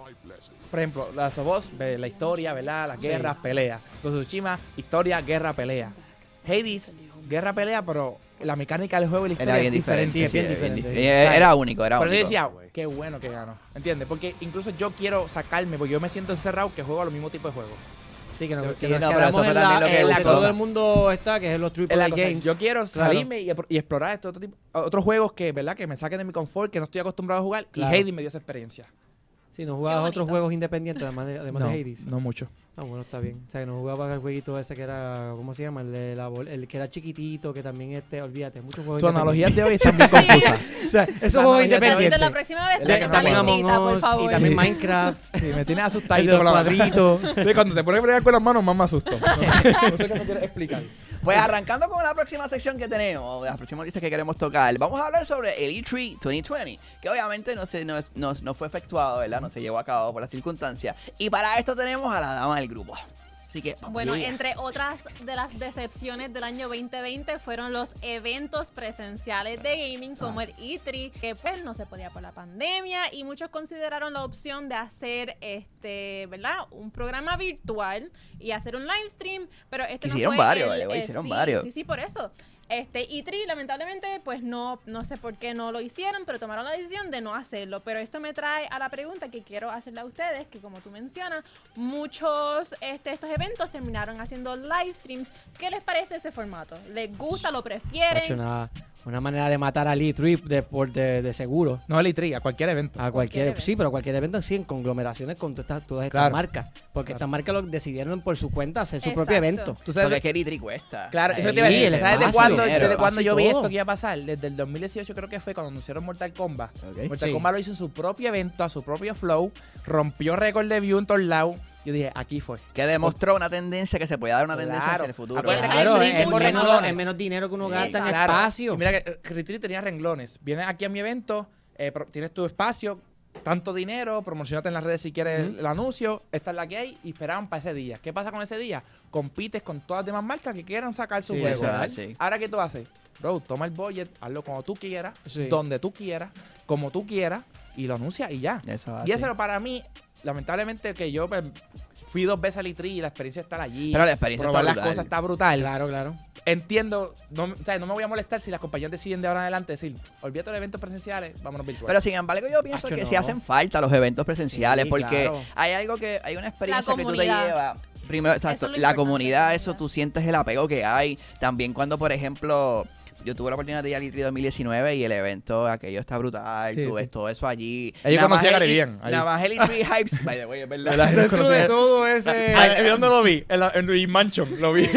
Speaker 4: por ejemplo, la Sobos, la historia, ¿verdad? Las guerras, peleas. Ghost of Tsushima, historia, guerra, pelea. Hades, guerra, pelea, pero la mecánica del juego y la historia
Speaker 1: Era bien
Speaker 4: es diferente.
Speaker 1: diferente.
Speaker 5: sí, es bien
Speaker 1: sí, era
Speaker 5: diferente.
Speaker 1: di- Era, era único, era
Speaker 4: Pero yo
Speaker 1: único.
Speaker 4: decía, qué bueno que ganó, ¿entiendes? Porque incluso yo quiero sacarme, porque yo me siento encerrado que juego a los mismos tipos de juegos.
Speaker 5: Sí, que, no,
Speaker 1: Sí,
Speaker 5: que
Speaker 1: no,
Speaker 5: nos
Speaker 1: pero
Speaker 5: quedamos
Speaker 1: eso fue
Speaker 5: en la-
Speaker 1: también lo que
Speaker 5: en la
Speaker 1: gustó.
Speaker 5: todo el mundo está, que es los
Speaker 4: Es
Speaker 5: triple
Speaker 4: la
Speaker 5: A
Speaker 4: cosa,
Speaker 5: games.
Speaker 4: Yo quiero
Speaker 5: Claro.
Speaker 4: salirme y, y explorar este otro tipo, otros juegos que, ¿verdad? Que me saquen de mi confort, que no estoy acostumbrado a jugar.
Speaker 5: Claro.
Speaker 4: Y Hades me dio esa experiencia.
Speaker 5: Si no jugabas
Speaker 2: Qué
Speaker 5: otros
Speaker 2: bonito.
Speaker 5: juegos independientes, además de, además de Hades.
Speaker 4: no mucho.
Speaker 5: Ah, bueno, está bien. O sea, que no jugabas el jueguito ese que era, ¿cómo se llama? El, de la bol- el que era chiquitito, que también, este, olvídate, muchos juegos
Speaker 4: Tu analogía
Speaker 5: independientes.
Speaker 4: de hoy está bien confusa.
Speaker 5: O sea, esos
Speaker 4: la
Speaker 5: juegos
Speaker 4: analogía de-
Speaker 2: Tatito,
Speaker 5: independientes.
Speaker 2: la próxima vez
Speaker 4: El
Speaker 5: de
Speaker 4: de
Speaker 2: trae
Speaker 5: que
Speaker 4: que
Speaker 2: una
Speaker 5: también
Speaker 4: no
Speaker 5: Among
Speaker 2: listita, por
Speaker 5: Us y
Speaker 2: favor.
Speaker 5: también
Speaker 4: Sí.
Speaker 5: Minecraft,
Speaker 4: Sí, me tienes asustado.
Speaker 5: el de los cuadritos.
Speaker 4: cuando te pones a pelear con las manos, más me asusto. No sé qué me quieres explicar.
Speaker 1: Pues arrancando con la próxima sección que tenemos, las próximas listas que queremos tocar, vamos a hablar sobre el E E3 2020, que obviamente no, se, no, es- no- no fue efectuado, ¿verdad? No se llevó a cabo por las circunstancias. Y para esto tenemos a la dama del grupo. Así que, vamos.
Speaker 2: Bueno, entre otras de las decepciones del año 2020 fueron los eventos presenciales de gaming como el E3, que pues no se podía por la pandemia y muchos consideraron la opción de hacer este, ¿verdad? Un programa virtual y hacer un live stream, pero este
Speaker 1: Hicieron
Speaker 2: no fue
Speaker 1: varios,
Speaker 2: el-
Speaker 1: by the way, hicieron
Speaker 2: sí,
Speaker 1: varios.
Speaker 2: Sí, sí, por eso. Este E3 lamentablemente pues no no sé por qué no lo hicieron, pero tomaron la decisión de no hacerlo, pero esto me trae a la pregunta que quiero hacerle a ustedes, que como tú mencionas, muchos este, estos eventos terminaron haciendo live streams. ¿Qué les parece ese formato? ¿Les gusta? ¿Lo
Speaker 5: Hacho,
Speaker 2: prefieren?
Speaker 5: Una, una manera de matar a Lee Trip de, por- de, de seguro.
Speaker 4: No, Litri, a cualquier evento.
Speaker 5: A
Speaker 2: Cualquier
Speaker 5: cualquier,
Speaker 2: evento.
Speaker 5: sí, pero cualquier evento sí, en conglomeraciones con todas estas, todas estas
Speaker 4: Claro.
Speaker 5: marcas. Porque
Speaker 4: Claro.
Speaker 5: estas marcas lo decidieron por su cuenta hacer su propio
Speaker 2: Exacto.
Speaker 5: evento.
Speaker 4: ¿Tú
Speaker 1: Porque es que el E3 cuesta.
Speaker 4: pues, Claro,
Speaker 1: Ay,
Speaker 4: eso te iba a decir.
Speaker 1: ese
Speaker 5: el
Speaker 4: ¿Sabes desde
Speaker 1: más
Speaker 5: espacio,
Speaker 4: cuándo,
Speaker 1: dinero.
Speaker 4: desde cuándo yo vi
Speaker 5: Espacio y
Speaker 4: esto
Speaker 5: todo.
Speaker 4: que iba a pasar? Desde el 2018 creo que fue cuando anunciaron Mortal Kombat.
Speaker 1: Ok.
Speaker 4: Mortal
Speaker 5: Sí.
Speaker 4: Kombat lo hizo en su propio evento, a su propio flow, rompió récord de view en todos lados. Yo dije, aquí fue.
Speaker 1: Que demostró una tendencia que se puede dar una tendencia
Speaker 4: Claro.
Speaker 1: hacia el futuro.
Speaker 4: Acuérdate
Speaker 1: ¿verdad?
Speaker 2: que-
Speaker 5: Claro,
Speaker 2: Hay
Speaker 5: es
Speaker 2: muchos
Speaker 5: menos,
Speaker 4: renglones.
Speaker 5: es menos dinero que uno
Speaker 1: Sí,
Speaker 5: gasta en
Speaker 4: Claro.
Speaker 5: Ah, espacio.
Speaker 4: Y mira que eh, Retreat tenía renglones. Vienes aquí a mi evento, eh, pro- tienes tu espacio, tanto dinero, promocionate en las redes si quieres el anuncio, esta es la que hay y esperaban para ese día. ¿Qué pasa con ese día? Compites con todas las demás marcas que quieran sacar su
Speaker 5: Sí,
Speaker 4: juego.
Speaker 1: eso es
Speaker 4: ¿verdad?
Speaker 1: así.
Speaker 4: Ahora, ¿qué tú haces? Bro, toma el budget, hazlo cuando tú quieras,
Speaker 5: Sí.
Speaker 4: donde tú quieras, como tú quieras y lo anuncias y ya.
Speaker 1: Eso es así.
Speaker 4: y eso era para mí, lamentablemente, que yo pues, fui dos veces al E3 y la experiencia está allí.
Speaker 1: Pero la experiencia está
Speaker 4: probar las
Speaker 1: brutal.
Speaker 4: cosas está brutal
Speaker 5: Claro, claro.
Speaker 4: entiendo, no, me- o sea, no me voy a molestar si las compañías deciden de ahora en adelante decir, olvídate de eventos presenciales, vámonos virtual.
Speaker 1: Pero sin embargo, yo pienso
Speaker 5: Acho,
Speaker 1: que
Speaker 5: no.
Speaker 1: sí hacen falta los eventos presenciales
Speaker 5: Sí,
Speaker 1: porque
Speaker 5: claro.
Speaker 1: hay algo que hay una experiencia que tú te
Speaker 2: comunidad.
Speaker 1: llevas. Primero,
Speaker 2: es
Speaker 1: exacto,
Speaker 2: lo
Speaker 1: la
Speaker 2: importante,
Speaker 1: comunidad,
Speaker 2: la
Speaker 1: eso
Speaker 2: comunidad.
Speaker 1: tú sientes el apego que hay. También cuando, por ejemplo, yo tuve la oportunidad de ir al E E3 2019 y el evento aquello está brutal.
Speaker 4: Sí,
Speaker 1: tú ves
Speaker 4: sí.
Speaker 1: todo eso allí.
Speaker 4: Ahí yo
Speaker 1: Nada
Speaker 4: conocí
Speaker 1: más el
Speaker 4: a Gary
Speaker 1: E-
Speaker 4: Bien, ahí.
Speaker 1: Nada más el E3 Hypes. By the way, es verdad.
Speaker 4: ¿Verdad?
Speaker 7: Dentro de
Speaker 4: Conocer-
Speaker 7: todo ese.
Speaker 4: Ay, ¿Dónde lo vi? En, la, en Luis Mansion lo vi.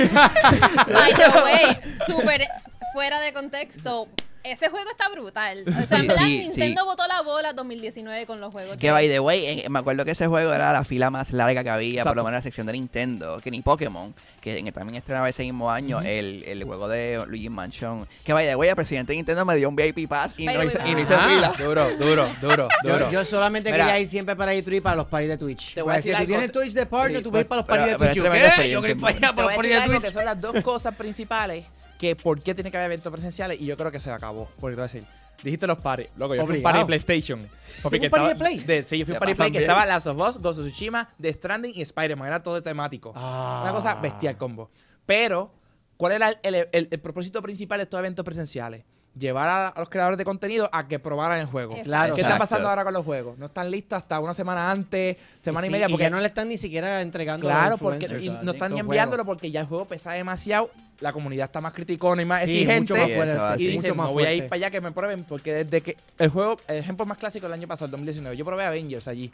Speaker 2: By the way, súper fuera de contexto. Ese juego está brutal. O sea, en
Speaker 1: Sí,
Speaker 2: verdad,
Speaker 1: sí,
Speaker 2: Nintendo
Speaker 1: sí.
Speaker 2: botó la bola 2019 con los juegos.
Speaker 1: Que by the way, eh, me acuerdo que ese juego era la fila más larga que había, por lo menos en la sección de Nintendo, que ni Pokémon, que en- también estrenaba ese mismo año el, el juego de Luigi Mansion. Que by the way, el presidente de Nintendo me dio un VIP pass y
Speaker 2: By
Speaker 1: no
Speaker 2: the
Speaker 1: hice,
Speaker 2: way,
Speaker 1: y no hice
Speaker 5: ajá.
Speaker 1: fila.
Speaker 4: Duro, duro, duro, duro.
Speaker 5: Yo, yo solamente
Speaker 4: Mira.
Speaker 5: quería ir siempre para E3 y para los parties de Twitch.
Speaker 7: Te voy a
Speaker 5: Porque
Speaker 7: decir
Speaker 5: si tú
Speaker 7: algo.
Speaker 5: tienes Twitch de partner,
Speaker 1: Sí,
Speaker 5: tú vas
Speaker 1: pero-
Speaker 5: para los
Speaker 1: pero- pero es
Speaker 5: parties de Twitch. Yo,
Speaker 1: tremenda
Speaker 5: ¿qué?
Speaker 1: experiencia,
Speaker 5: Yo quería ir para allá
Speaker 4: Te
Speaker 5: para
Speaker 4: voy
Speaker 5: los
Speaker 4: a
Speaker 5: parties de
Speaker 4: decir algo,
Speaker 5: Twitch.
Speaker 4: que son las dos cosas principales que por qué tiene que haber eventos presenciales y yo creo que se acabó. Porque te voy a decir, dijiste los pares, loco, yo fui a un
Speaker 5: Obligado.
Speaker 4: party de PlayStation. Papi,
Speaker 5: un
Speaker 4: que
Speaker 5: party de
Speaker 4: estaba-
Speaker 5: Play?
Speaker 4: sí, yo fui
Speaker 1: Ya
Speaker 4: a un party de Play que
Speaker 1: pasan
Speaker 4: estaba Last of Us, Ghost of Tsushima, The Stranding y Spider-Man, era todo temático.
Speaker 5: Ah.
Speaker 4: Una cosa bestial combo. Pero, ¿cuál era el, el- el- el propósito principal de estos eventos presenciales? Llevar a, a los creadores de contenido a que probaran el juego.
Speaker 2: Exacto.
Speaker 5: Claro.
Speaker 4: ¿Qué está
Speaker 1: Exacto.
Speaker 4: pasando ahora con los juegos? No están listos hasta una semana antes, semana y,
Speaker 5: sí,
Speaker 4: media, porque
Speaker 5: ya no le están ni siquiera entregando a los
Speaker 4: Claro, porque
Speaker 5: influencers.
Speaker 4: y no están
Speaker 5: Los
Speaker 4: ni
Speaker 5: juegos.
Speaker 4: enviándolo porque ya el juego pesa demasiado, la comunidad está más criticona y más
Speaker 5: Sí,
Speaker 4: exigente.
Speaker 5: mucho más
Speaker 1: Sí,
Speaker 5: fuerte.
Speaker 1: eso va
Speaker 5: y
Speaker 1: así.
Speaker 4: Y
Speaker 5: mucho
Speaker 4: dicen,
Speaker 5: más
Speaker 4: no voy a ir
Speaker 5: fuerte.
Speaker 4: para allá que me prueben, porque desde que el juego, el ejemplo más clásico del año pasado, el 2019, yo probé Avengers allí.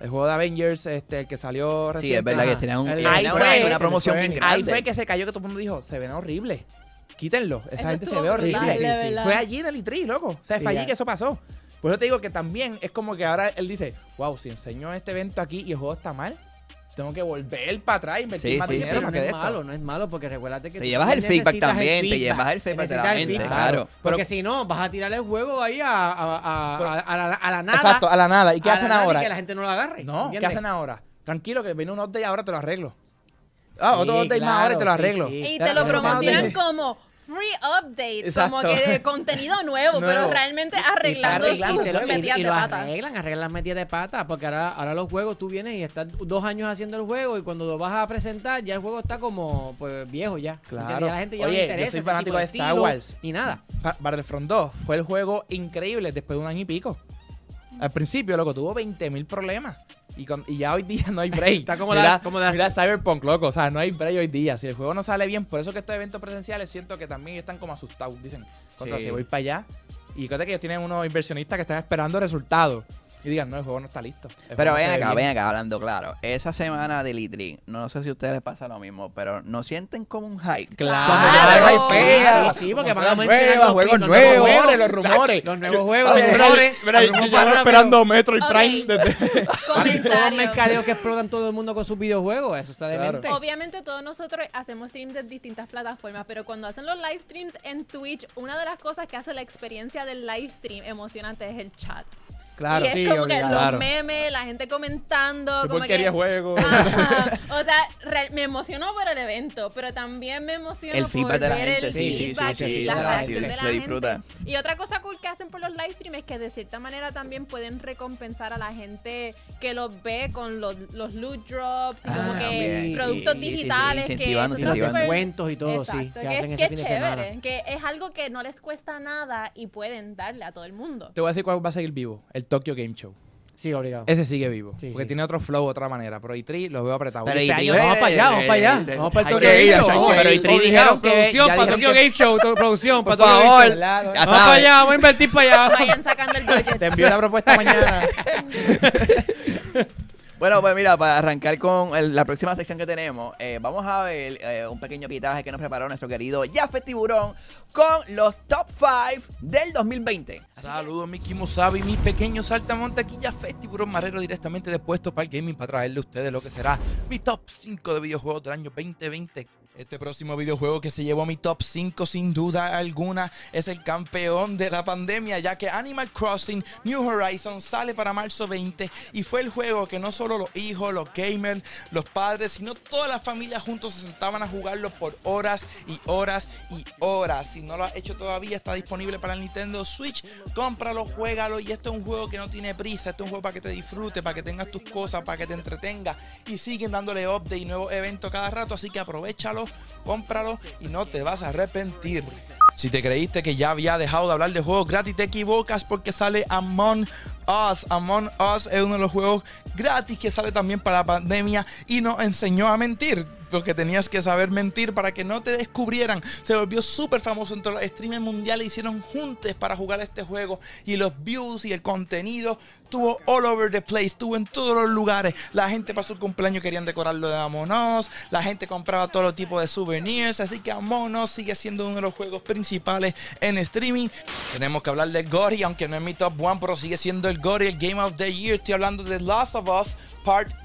Speaker 4: El juego de Avengers, este, el que salió
Speaker 1: Sí, es
Speaker 4: recién.
Speaker 1: verdad que
Speaker 5: Ajá.
Speaker 1: tenía un,
Speaker 5: Ahí
Speaker 1: tenía
Speaker 4: fue,
Speaker 1: una,
Speaker 4: ese
Speaker 1: una
Speaker 4: fue
Speaker 1: promoción bien
Speaker 5: Enix.
Speaker 1: grande.
Speaker 4: Ahí fue que se cayó que todo el mundo dijo, se ven horrible. Quítenlo. Esa
Speaker 2: Eso
Speaker 4: gente se
Speaker 2: estuvo
Speaker 4: ve horrible.
Speaker 2: brutal,
Speaker 5: Sí,
Speaker 2: de
Speaker 5: sí, sí.
Speaker 2: verdad.
Speaker 4: Fue allí en el ITRI, loco. O sea,
Speaker 5: Sí,
Speaker 4: fue allí
Speaker 5: ya.
Speaker 4: que eso pasó. Por eso te digo que también es como que ahora él dice, wow, si enseño este evento aquí y el juego está mal, tengo que volver para atrás, e invertir
Speaker 1: Sí,
Speaker 4: más
Speaker 1: sí,
Speaker 4: dinero
Speaker 1: sí.
Speaker 5: Pero
Speaker 4: para
Speaker 5: no
Speaker 4: que dé
Speaker 5: es
Speaker 4: esto".
Speaker 5: malo, no es malo, porque recuérdate que
Speaker 1: Te
Speaker 5: tú
Speaker 1: llevas el
Speaker 5: también
Speaker 1: feedback
Speaker 5: necesitas el
Speaker 1: también, te
Speaker 5: feedback.
Speaker 1: llevas el feedback de la
Speaker 5: Necesitas el
Speaker 1: gente,
Speaker 5: feedback.
Speaker 1: claro.
Speaker 5: Porque
Speaker 4: Pero-
Speaker 5: si no, vas a tirar el juego ahí a, a- a-
Speaker 4: Pero-
Speaker 5: a- a la, a la nada.
Speaker 4: Exacto, a la nada. ¿Y qué
Speaker 5: a la
Speaker 4: hacen
Speaker 5: nada
Speaker 4: ahora?
Speaker 5: que la gente no lo agarre.
Speaker 4: No, ¿qué
Speaker 5: ¿entiendes?
Speaker 4: hacen ahora? Tranquilo, que viene un update ahora te lo arreglo. Ah,
Speaker 5: Sí,
Speaker 4: otro update más
Speaker 5: claro,
Speaker 4: ahora y te lo
Speaker 5: sí,
Speaker 4: arreglo.
Speaker 5: sí.
Speaker 2: Y
Speaker 4: Ya,
Speaker 2: te lo
Speaker 4: pero más
Speaker 2: promocionan
Speaker 4: update.
Speaker 2: como free update,
Speaker 4: Exacto.
Speaker 2: como que de contenido nuevo, pero
Speaker 4: Nuevo.
Speaker 2: realmente arreglando
Speaker 4: arreglan,
Speaker 2: sus
Speaker 5: y te lo- y-
Speaker 2: metidas
Speaker 5: y
Speaker 2: de
Speaker 5: lo
Speaker 2: pata.
Speaker 5: Arreglan, arreglan las metidas de pata, porque ahora, ahora los juegos tú vienes y estás dos años haciendo el juego y cuando lo vas a presentar ya el juego está como pues viejo ya. ¿entiendes? Ya
Speaker 4: Claro.
Speaker 5: la gente ya no
Speaker 4: Oye,
Speaker 5: le
Speaker 4: yo
Speaker 5: interesa.
Speaker 4: soy
Speaker 5: ese
Speaker 4: fanático
Speaker 5: tipo
Speaker 4: de Star
Speaker 5: estilo
Speaker 4: Wars.
Speaker 5: Y nada.
Speaker 4: Ba- Battlefront 2 fue el juego increíble después de un año y pico. Al principio, loco, tuvo 20.000 problemas. Y, con- y ya hoy día no hay break.
Speaker 5: Está como
Speaker 4: mira,
Speaker 5: la- como la-
Speaker 4: mira Cyberpunk, loco. O sea, no hay break hoy día. Si el juego no sale bien, por eso que estos eventos presenciales siento que también están como asustados. Dicen, contra,
Speaker 1: Sí.
Speaker 4: si voy para allá. Y cuenta que ellos tienen unos inversionistas que están esperando resultados. Y digan, no, el juego no está listo. El
Speaker 1: Pero
Speaker 4: juego no se
Speaker 1: ven
Speaker 4: ve
Speaker 1: acá,
Speaker 4: bien".
Speaker 1: ven acá, hablando claro. Esa semana del E3, no sé si a ustedes les pasa lo mismo, pero no sienten como un hype.
Speaker 5: Claro.
Speaker 1: Como que la hype fea,
Speaker 5: Sí, sí, porque
Speaker 1: como
Speaker 5: van a
Speaker 1: cosas
Speaker 5: mencionar
Speaker 1: nuevas,
Speaker 5: los
Speaker 1: juegos
Speaker 5: clips, los nuevos
Speaker 1: nuevos.
Speaker 5: juegos,
Speaker 4: Los rumores,
Speaker 5: Los
Speaker 4: los
Speaker 5: nuevos
Speaker 4: nuevos
Speaker 5: juegos, los
Speaker 1: Mira,
Speaker 5: rumores.
Speaker 4: Mira, yo
Speaker 5: los rumores.
Speaker 4: llevo esperando Metro y
Speaker 2: Ok.
Speaker 4: Prime desde...
Speaker 5: Todos los
Speaker 2: Comentario.
Speaker 5: mercadeos que explotan todo el mundo con sus videojuegos, eso está
Speaker 4: Claro.
Speaker 5: demente.
Speaker 2: Obviamente todos nosotros hacemos streams de distintas plataformas, pero cuando hacen los live streams en Twitch, una de las cosas que hace la experiencia del live stream emocionante es el chat. y es como que los
Speaker 4: claro.
Speaker 2: memes, la gente comentando,
Speaker 4: ¿Qué
Speaker 2: como que
Speaker 4: porquería juego?
Speaker 2: Ajá. O sea, real- me emocionó por el evento, pero también me emocionó
Speaker 1: El feedback
Speaker 2: por
Speaker 1: de la
Speaker 2: ver
Speaker 1: gente,
Speaker 2: el
Speaker 1: sí, sí, sí,
Speaker 2: feedback
Speaker 1: sí,
Speaker 2: y
Speaker 1: sí,
Speaker 2: la
Speaker 1: sí,
Speaker 2: reacción
Speaker 1: sí,
Speaker 2: de la
Speaker 1: lo
Speaker 2: gente.
Speaker 1: disfruta.
Speaker 2: Y otra cosa cool que hacen por los live streams es que de cierta manera también pueden recompensar a la gente que los ve con los, los loot drops y
Speaker 5: Ah,
Speaker 2: como que
Speaker 1: también, sí,
Speaker 2: productos
Speaker 1: sí, sí, sí,
Speaker 2: digitales que
Speaker 1: incentivando,
Speaker 2: eso está
Speaker 5: Los
Speaker 1: incentivando.
Speaker 2: súper-
Speaker 5: encuentros y todo, sí,
Speaker 2: Exacto,
Speaker 5: que
Speaker 2: que,
Speaker 5: hacen
Speaker 2: que
Speaker 5: ese fin
Speaker 2: es
Speaker 5: de semana.
Speaker 2: chévere, que es algo que no les cuesta nada y pueden darle a todo el mundo.
Speaker 4: Te voy a decir cuál va a seguir vivo. El Tokyo Game Show.
Speaker 5: Sí, obligado.
Speaker 4: Ese sigue vivo.
Speaker 5: Sí,
Speaker 4: porque
Speaker 5: sí.
Speaker 4: tiene otro flow, otra manera. Pero E3 lo veo apretado.
Speaker 1: Pero
Speaker 4: Y
Speaker 1: E3
Speaker 4: este año
Speaker 1: es-
Speaker 4: vamos para allá, vamos para allá.
Speaker 1: es-
Speaker 5: Vamos para el
Speaker 1: Eh, hay
Speaker 5: Tokyo
Speaker 1: que ir,
Speaker 5: Game
Speaker 1: hay
Speaker 5: Show.
Speaker 1: que
Speaker 5: Vamos,
Speaker 1: ir.
Speaker 4: pero y tri-
Speaker 7: Obligaron,
Speaker 4: dijeron que-
Speaker 7: producción
Speaker 4: ya
Speaker 7: para
Speaker 4: dijeron
Speaker 7: Tokyo
Speaker 4: que-
Speaker 7: Game Show, to- producción para
Speaker 1: Por
Speaker 7: Tokyo Game
Speaker 1: favor.
Speaker 7: Show.
Speaker 4: Claro.
Speaker 1: Ya
Speaker 7: Vamos para
Speaker 1: sabes.
Speaker 7: allá, vamos a invertir para allá.
Speaker 2: Vayan sacando el budget.
Speaker 4: Te envío la propuesta mañana.
Speaker 1: Bueno, pues mira, para arrancar con el- la próxima sección que tenemos, eh, vamos a ver eh, un pequeño pitaje que nos preparó nuestro querido Jaffe Tiburón con los top 5 del 2020.
Speaker 4: Saludos, mi Kimosabi, mi pequeño saltamonte. Aquí ya Festiburón Marrero directamente de Puesto para el Gaming para traerle a ustedes lo que será mi top 5 de videojuegos del año 2020. Este próximo videojuego que se llevó a mi top 5 sin duda alguna es el campeón de la pandemia ya que Animal Crossing New Horizons sale para marzo 20 y fue el juego que no solo los hijos, los gamers, los padres, sino toda la familia juntos se sentaban a jugarlo por horas y horas y horas. Si no lo has hecho todavía, está disponible para el Nintendo Switch. Cómpralo, juégalo. Y este es un juego que no tiene prisa. Este es un juego para que te disfrutes, para que tengas tus cosas, para que te entretengas. Y siguen dándole update y nuevos eventos cada rato. Así que aprovechalo, cómpralo y no te vas a arrepentir. Si te creíste que ya había dejado de hablar de juegos gratis, te equivocas porque sale Among Us. Among Us es uno de los juegos gratis que sale también para la pandemia y nos enseñó a mentir. típicos que tenías que saber mentir para que no te descubrieran. Se volvió súper famoso entre los streamers mundiales. Hicieron juntes para jugar este juego. Y los views y el contenido estuvo all over the place. Estuvo en todos los lugares. La gente para su cumpleaños querían decorarlo de Among Us. La gente compraba todo tipo de souvenirs. Así que Among Us sigue siendo uno de los juegos principales en streaming. Tenemos que hablar de Gory, aunque no es mi top one, pero sigue siendo el Gory, el Game of the Year. Estoy hablando de Last of Us Part 2.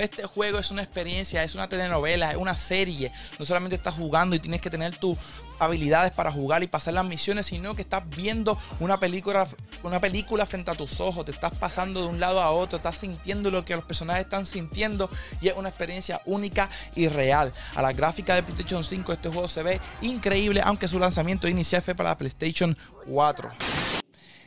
Speaker 4: Este juego es una experiencia, es una telenovela, es una serie. No solamente estás jugando y tienes que tener tus habilidades para jugar y pasar las misiones, sino que estás viendo una película, una película frente a tus ojos, te estás pasando de un lado a otro, estás sintiendo lo que los personajes están sintiendo y es una experiencia única y real. A la gráfica de PlayStation 5 este juego se ve increíble, aunque su lanzamiento inicial fue para la PlayStation 4.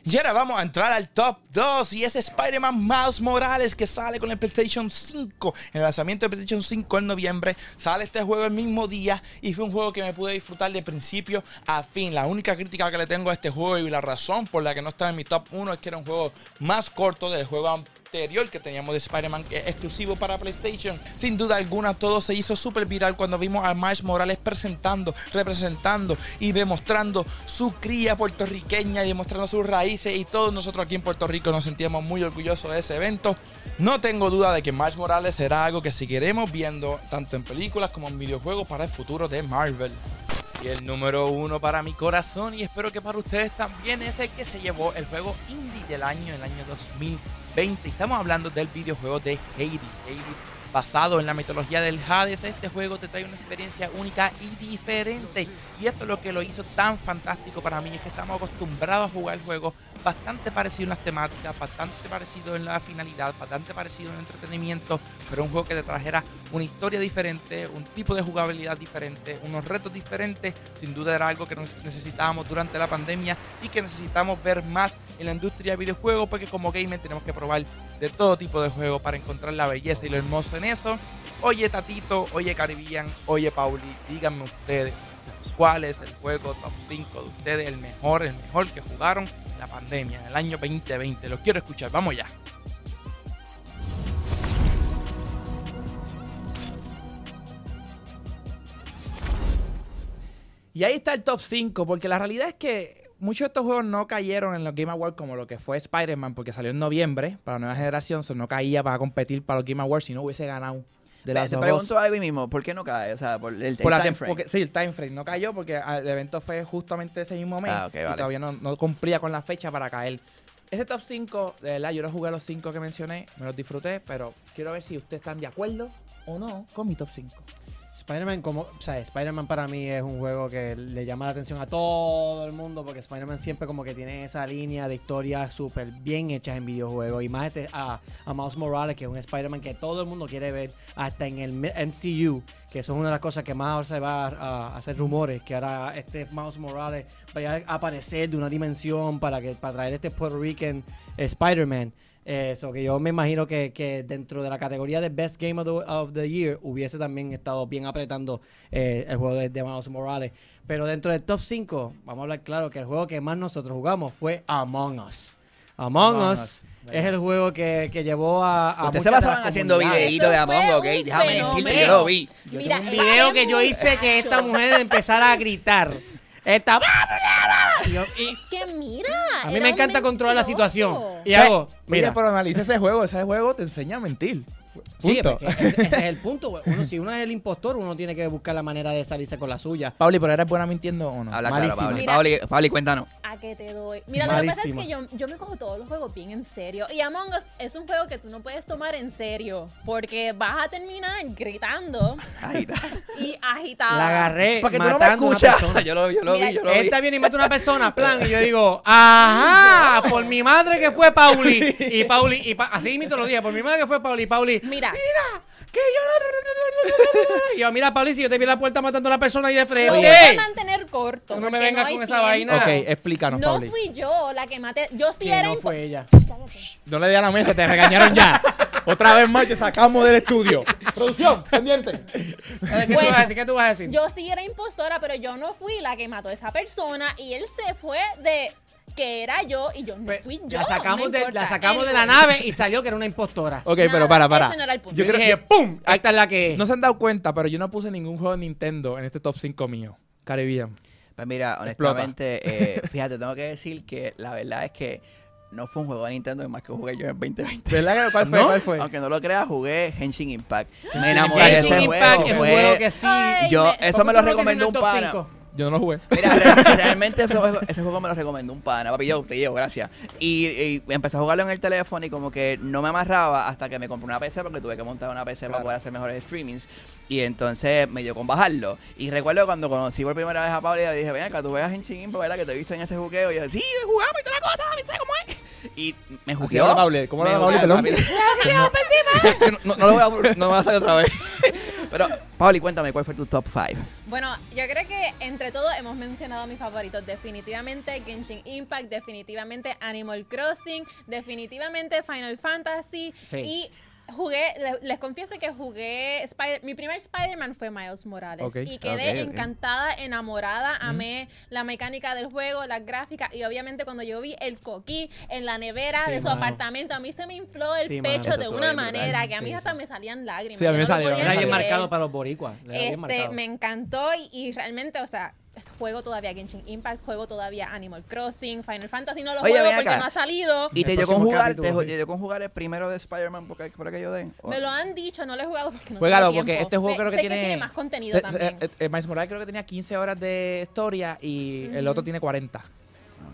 Speaker 4: Y ahora vamos a entrar al top 2 y es Spider-Man Miles Morales que sale con el PlayStation 5. En el lanzamiento de PlayStation 5 en noviembre sale este juego el mismo día y fue un juego que me pude disfrutar de principio a fin. La única crítica que le tengo a este juego y la razón por la que no está en mi top 1 es que era un juego más corto del juego anterior que teníamos de Spider-Man que es exclusivo para PlayStation. Sin duda alguna todo se hizo súper viral cuando vimos a Miles Morales presentando, representando y demostrando su cría puertorriqueña y demostrando sus raíces y todos nosotros aquí en Puerto Rico nos sentíamos muy orgullosos de ese evento. No tengo duda de que Miles Morales será algo que seguiremos viendo tanto en películas como en videojuegos para el futuro de Marvel. Y el número uno para mi corazón y espero que para ustedes también es el que se llevó el juego indie del año, el año 2020. Estamos hablando del videojuego de Hades. Hades basado en la mitología del Hades, este juego te trae una experiencia única y diferente. Y esto es lo que lo hizo tan fantástico para mí, es que estamos acostumbrados a jugar juegos bastante parecidos en las temáticas, bastante parecidos en la finalidad, bastante parecidos en el entretenimiento, pero un juego que te trajera una historia diferente, un tipo de jugabilidad diferente, unos retos diferentes, sin duda era algo que nos necesitábamos durante la pandemia y que necesitamos ver más en la industria de videojuegos, porque como gamer tenemos que probar de todo tipo de juegos para encontrar la belleza y lo hermoso en eso. Oye Tatito, oye Caribbean, oye Pauli, díganme ustedes cuál es el juego top 5 de ustedes, el mejor, el mejor que jugaron en la pandemia, en el año 2020. Los quiero escuchar, vamos ya. Y ahí está el top 5, porque la realidad es que muchos de estos juegos no cayeron en los Game Awards como lo que fue Spider-Man, porque salió en noviembre para la nueva generación, so no caía para competir para los Game Awards si no hubiese ganado.
Speaker 1: Ve,
Speaker 4: De las
Speaker 1: Te pregunto algo ahí mismo, ¿por qué no cae? O sea, por el, el
Speaker 4: por la
Speaker 1: time
Speaker 4: tem-
Speaker 1: frame.
Speaker 4: porque- sí, el time frame no cayó porque ah, el evento fue justamente ese mismo mes
Speaker 1: Ah, ok,
Speaker 4: y
Speaker 1: vale.
Speaker 4: todavía no, no cumplía con la fecha para caer. Ese top 5, de verdad, yo no jugué a los 5 que mencioné, me los disfruté, pero quiero ver si ustedes están de acuerdo o no con mi top 5.
Speaker 5: Spider-Man como, o sea, Spider-Man para mí es un juego que le llama la atención a todo el mundo porque Spider-Man siempre como que tiene esa línea de historias súper bien hechas en videojuegos y más este, a, a Miles Morales que es un Spider-Man que todo el mundo quiere ver hasta en el M- MCU que eso es una de las cosas que más ahora se va a, a hacer rumores que ahora este Miles Morales vaya a aparecer de una dimensión para que para traer este Puerto Rican eh, Spider-Man eso, que yo me imagino que, que dentro de la categoría de Best Game of the, of the Year hubiese también estado bien apretando eh, el juego de, de Miles Morales. Pero dentro del top 5, vamos a hablar claro que el juego que más nosotros jugamos fue Among Us. Among,
Speaker 4: Among
Speaker 5: Us,
Speaker 4: Us,
Speaker 5: es el juego que, que llevó a.
Speaker 1: Ustedes
Speaker 5: a ah, muchas
Speaker 1: se
Speaker 5: de las
Speaker 1: pasaban haciendo
Speaker 5: comunidades.
Speaker 1: videitos de
Speaker 2: Eso
Speaker 1: Among
Speaker 2: fue
Speaker 1: Us, ¿ok?
Speaker 2: un
Speaker 1: Déjame decirte que
Speaker 2: fenómeno.
Speaker 1: yo lo vi.
Speaker 2: Mira,
Speaker 5: un
Speaker 2: ese
Speaker 5: video que yo hice que
Speaker 2: muchacho.
Speaker 5: esta mujer empezara a gritar. Esta. Y yo- y
Speaker 2: Es que mira.
Speaker 5: a
Speaker 2: era
Speaker 5: mí me
Speaker 2: un
Speaker 5: encanta controlar la
Speaker 2: mentiroso.
Speaker 5: situación. Y
Speaker 4: Eh,
Speaker 5: hago. Mira,
Speaker 4: pero analiza ese juego, ese juego te enseña a mentir.
Speaker 5: Sí,
Speaker 4: Punto.
Speaker 5: porque ese, ese es el punto. güey. Uno, si uno es el impostor, uno tiene que buscar la manera de salirse con la suya.
Speaker 4: Pauli, ¿pero eres buena mintiendo o no?
Speaker 1: Habla
Speaker 5: Malísimo.
Speaker 1: claro, Pauli.
Speaker 2: Mira.
Speaker 1: Pauli. Pauli, cuéntanos.
Speaker 2: A que te doy. Mira, lo que pasa es que yo, yo me cojo todos los juegos bien en serio. Y Among Us es un juego que tú no puedes tomar en serio. Porque vas a terminar gritando
Speaker 1: Ahí está.
Speaker 2: y agitado.
Speaker 5: La agarré.
Speaker 1: Porque tú no me
Speaker 5: matando a una
Speaker 1: escuchas.
Speaker 5: persona.
Speaker 1: Yo lo, yo lo
Speaker 2: Mira,
Speaker 1: vi, yo lo vi.
Speaker 5: Esta viene y mata a una persona, plan, y yo digo, ajá, por mi madre que fue Pauli. Y Pauli, y pa- así mismo lo dije, por mi madre que fue Pauli, Pauli.
Speaker 2: Mira,
Speaker 5: Que yo no. Y yo, mira, Pauli, si yo te vi en la puerta matando a una persona ahí de
Speaker 2: lo
Speaker 5: frente.
Speaker 2: voy a mantener corto.
Speaker 5: Tú no me
Speaker 2: porque
Speaker 5: vengas
Speaker 2: hay
Speaker 5: con esa
Speaker 2: tiempo.
Speaker 5: vaina.
Speaker 4: Ok, explícanos,
Speaker 2: No
Speaker 4: Pauli.
Speaker 2: fui yo la que maté. Yo sí
Speaker 5: eh, Que
Speaker 2: era
Speaker 5: no
Speaker 2: impo-
Speaker 5: fue ella.
Speaker 2: Cállate.
Speaker 4: No le di a la mesa, te regañaron ya. Otra vez más te sacamos del estudio. Producción, pendiente.
Speaker 5: ¿Qué tú vas a decir? ¿Qué tú vas a decir?
Speaker 2: Yo sí era impostora, pero yo no fui la que mató a esa persona y él se fue de que era yo y yo no
Speaker 5: Pe-
Speaker 2: fui yo.
Speaker 5: Pues, la sacamos,
Speaker 2: no
Speaker 5: de, la
Speaker 2: importa.
Speaker 5: sacamos de la
Speaker 2: Anyway,
Speaker 5: nave y salió que era una impostora.
Speaker 4: Ok,
Speaker 2: nada,
Speaker 4: pero para, para.
Speaker 2: ese no era el punto.
Speaker 5: Yo,
Speaker 4: creo-
Speaker 5: dije,
Speaker 4: yo-
Speaker 5: ¡pum! Esta es la que...
Speaker 4: No se han dado cuenta, pero yo no puse ningún juego de Nintendo en este top 5 mío. Caribbean.
Speaker 1: Pues mira,
Speaker 4: Explota.
Speaker 1: honestamente, eh, fíjate, tengo que decir que la verdad es que no fue un juego de Nintendo más que jugué yo en 2020.
Speaker 4: ¿Verdad? ¿Cuál fue?
Speaker 1: ¿No?
Speaker 4: ¿Cuál
Speaker 3: Pues
Speaker 4: fue?
Speaker 1: Aunque no lo creas, jugué Henshin Impact. Me enamoré de ese
Speaker 5: Genshin
Speaker 1: juego.
Speaker 5: Impact es un
Speaker 1: fue-
Speaker 5: juego que sí...
Speaker 2: Ay,
Speaker 1: yo-
Speaker 2: me-
Speaker 1: eso me lo
Speaker 5: Creo que
Speaker 1: recomendó un
Speaker 5: está en el
Speaker 1: pana.
Speaker 5: top cinco.
Speaker 4: Yo no lo jugué.
Speaker 1: Mira, re- realmente ese juego, ese juego me lo recomendó un pana, papi, yo te llevo, gracias. Y, y empecé a jugarlo en el teléfono y como que no me amarraba hasta que me compré una PC porque tuve que montar una PC para poder hacer mejores streamings. Y entonces me dio con bajarlo. Y recuerdo cuando conocí por primera vez a Pablo y le dije, ven acá, tú veas en Chingimbo, ¿verdad? Que te he visto en ese juqueo. Y yo, sí, jugamos y toda la cosa, papi, ¿sabes cómo es? Y me
Speaker 4: Así habla
Speaker 1: jugueó.
Speaker 4: Pablo. ¿Cómo
Speaker 1: Me
Speaker 4: habla Pablo?
Speaker 1: jugueó,
Speaker 4: Pelón?
Speaker 1: papi. no, no lo voy a, no me va a salir otra vez. Pero, Pablo, cuéntame, ¿cuál fue tu top 5?
Speaker 2: Bueno, yo creo que entre todos hemos mencionado mis favoritos. Definitivamente Genshin Impact, definitivamente Animal Crossing, definitivamente Final Fantasy.
Speaker 5: Sí.
Speaker 2: Y jugué, le- les, confieso que jugué, Spider- mi primer Spider-Man fue Miles Morales.
Speaker 4: Ok,
Speaker 2: Y quedé
Speaker 1: ok, ok.
Speaker 2: encantada, enamorada, amé la mecánica del juego, las gráficas. Y obviamente cuando yo vi el coquí en la nevera
Speaker 5: Sí,
Speaker 2: de su
Speaker 5: mano.
Speaker 2: apartamento, a mí se me infló el
Speaker 5: Sí, mano.
Speaker 2: pecho
Speaker 5: Eso
Speaker 2: de
Speaker 1: estuvo
Speaker 2: una
Speaker 1: bien brutal.
Speaker 2: manera que a mí
Speaker 5: Sí,
Speaker 2: hasta
Speaker 5: sí.
Speaker 2: me salían lágrimas.
Speaker 4: Sí,
Speaker 2: Yo
Speaker 4: a mí me
Speaker 2: no lo
Speaker 4: salieron,
Speaker 2: podía
Speaker 5: Era bien
Speaker 2: creer.
Speaker 5: marcado para los boricuas. le era bien
Speaker 2: Este,
Speaker 5: marcado.
Speaker 2: me encantó y, y realmente, o sea, juego todavía Genshin Impact, juego todavía Animal Crossing, Final Fantasy, no lo
Speaker 1: Oye,
Speaker 2: juego
Speaker 1: ven
Speaker 2: porque
Speaker 1: acá.
Speaker 2: no ha salido.
Speaker 1: Y
Speaker 5: El
Speaker 1: te llegó
Speaker 5: próximo
Speaker 1: jugar,
Speaker 5: capítulo,
Speaker 1: te,
Speaker 5: sí.
Speaker 1: te llegó jugar el primero de Spider-Man por, aqu- por aquello de. o-
Speaker 2: Me lo han dicho, no lo he jugado porque no
Speaker 4: Juégalo,
Speaker 2: tengo
Speaker 4: porque
Speaker 2: tiempo.
Speaker 4: este juego
Speaker 2: Sé-
Speaker 4: creo que
Speaker 2: sé
Speaker 4: tiene...
Speaker 2: más contenido
Speaker 4: se- se-
Speaker 2: también.
Speaker 4: eh, eh, Miles Morales creo que tenía 15 horas de historia y el
Speaker 2: Ujú.
Speaker 4: otro tiene 40.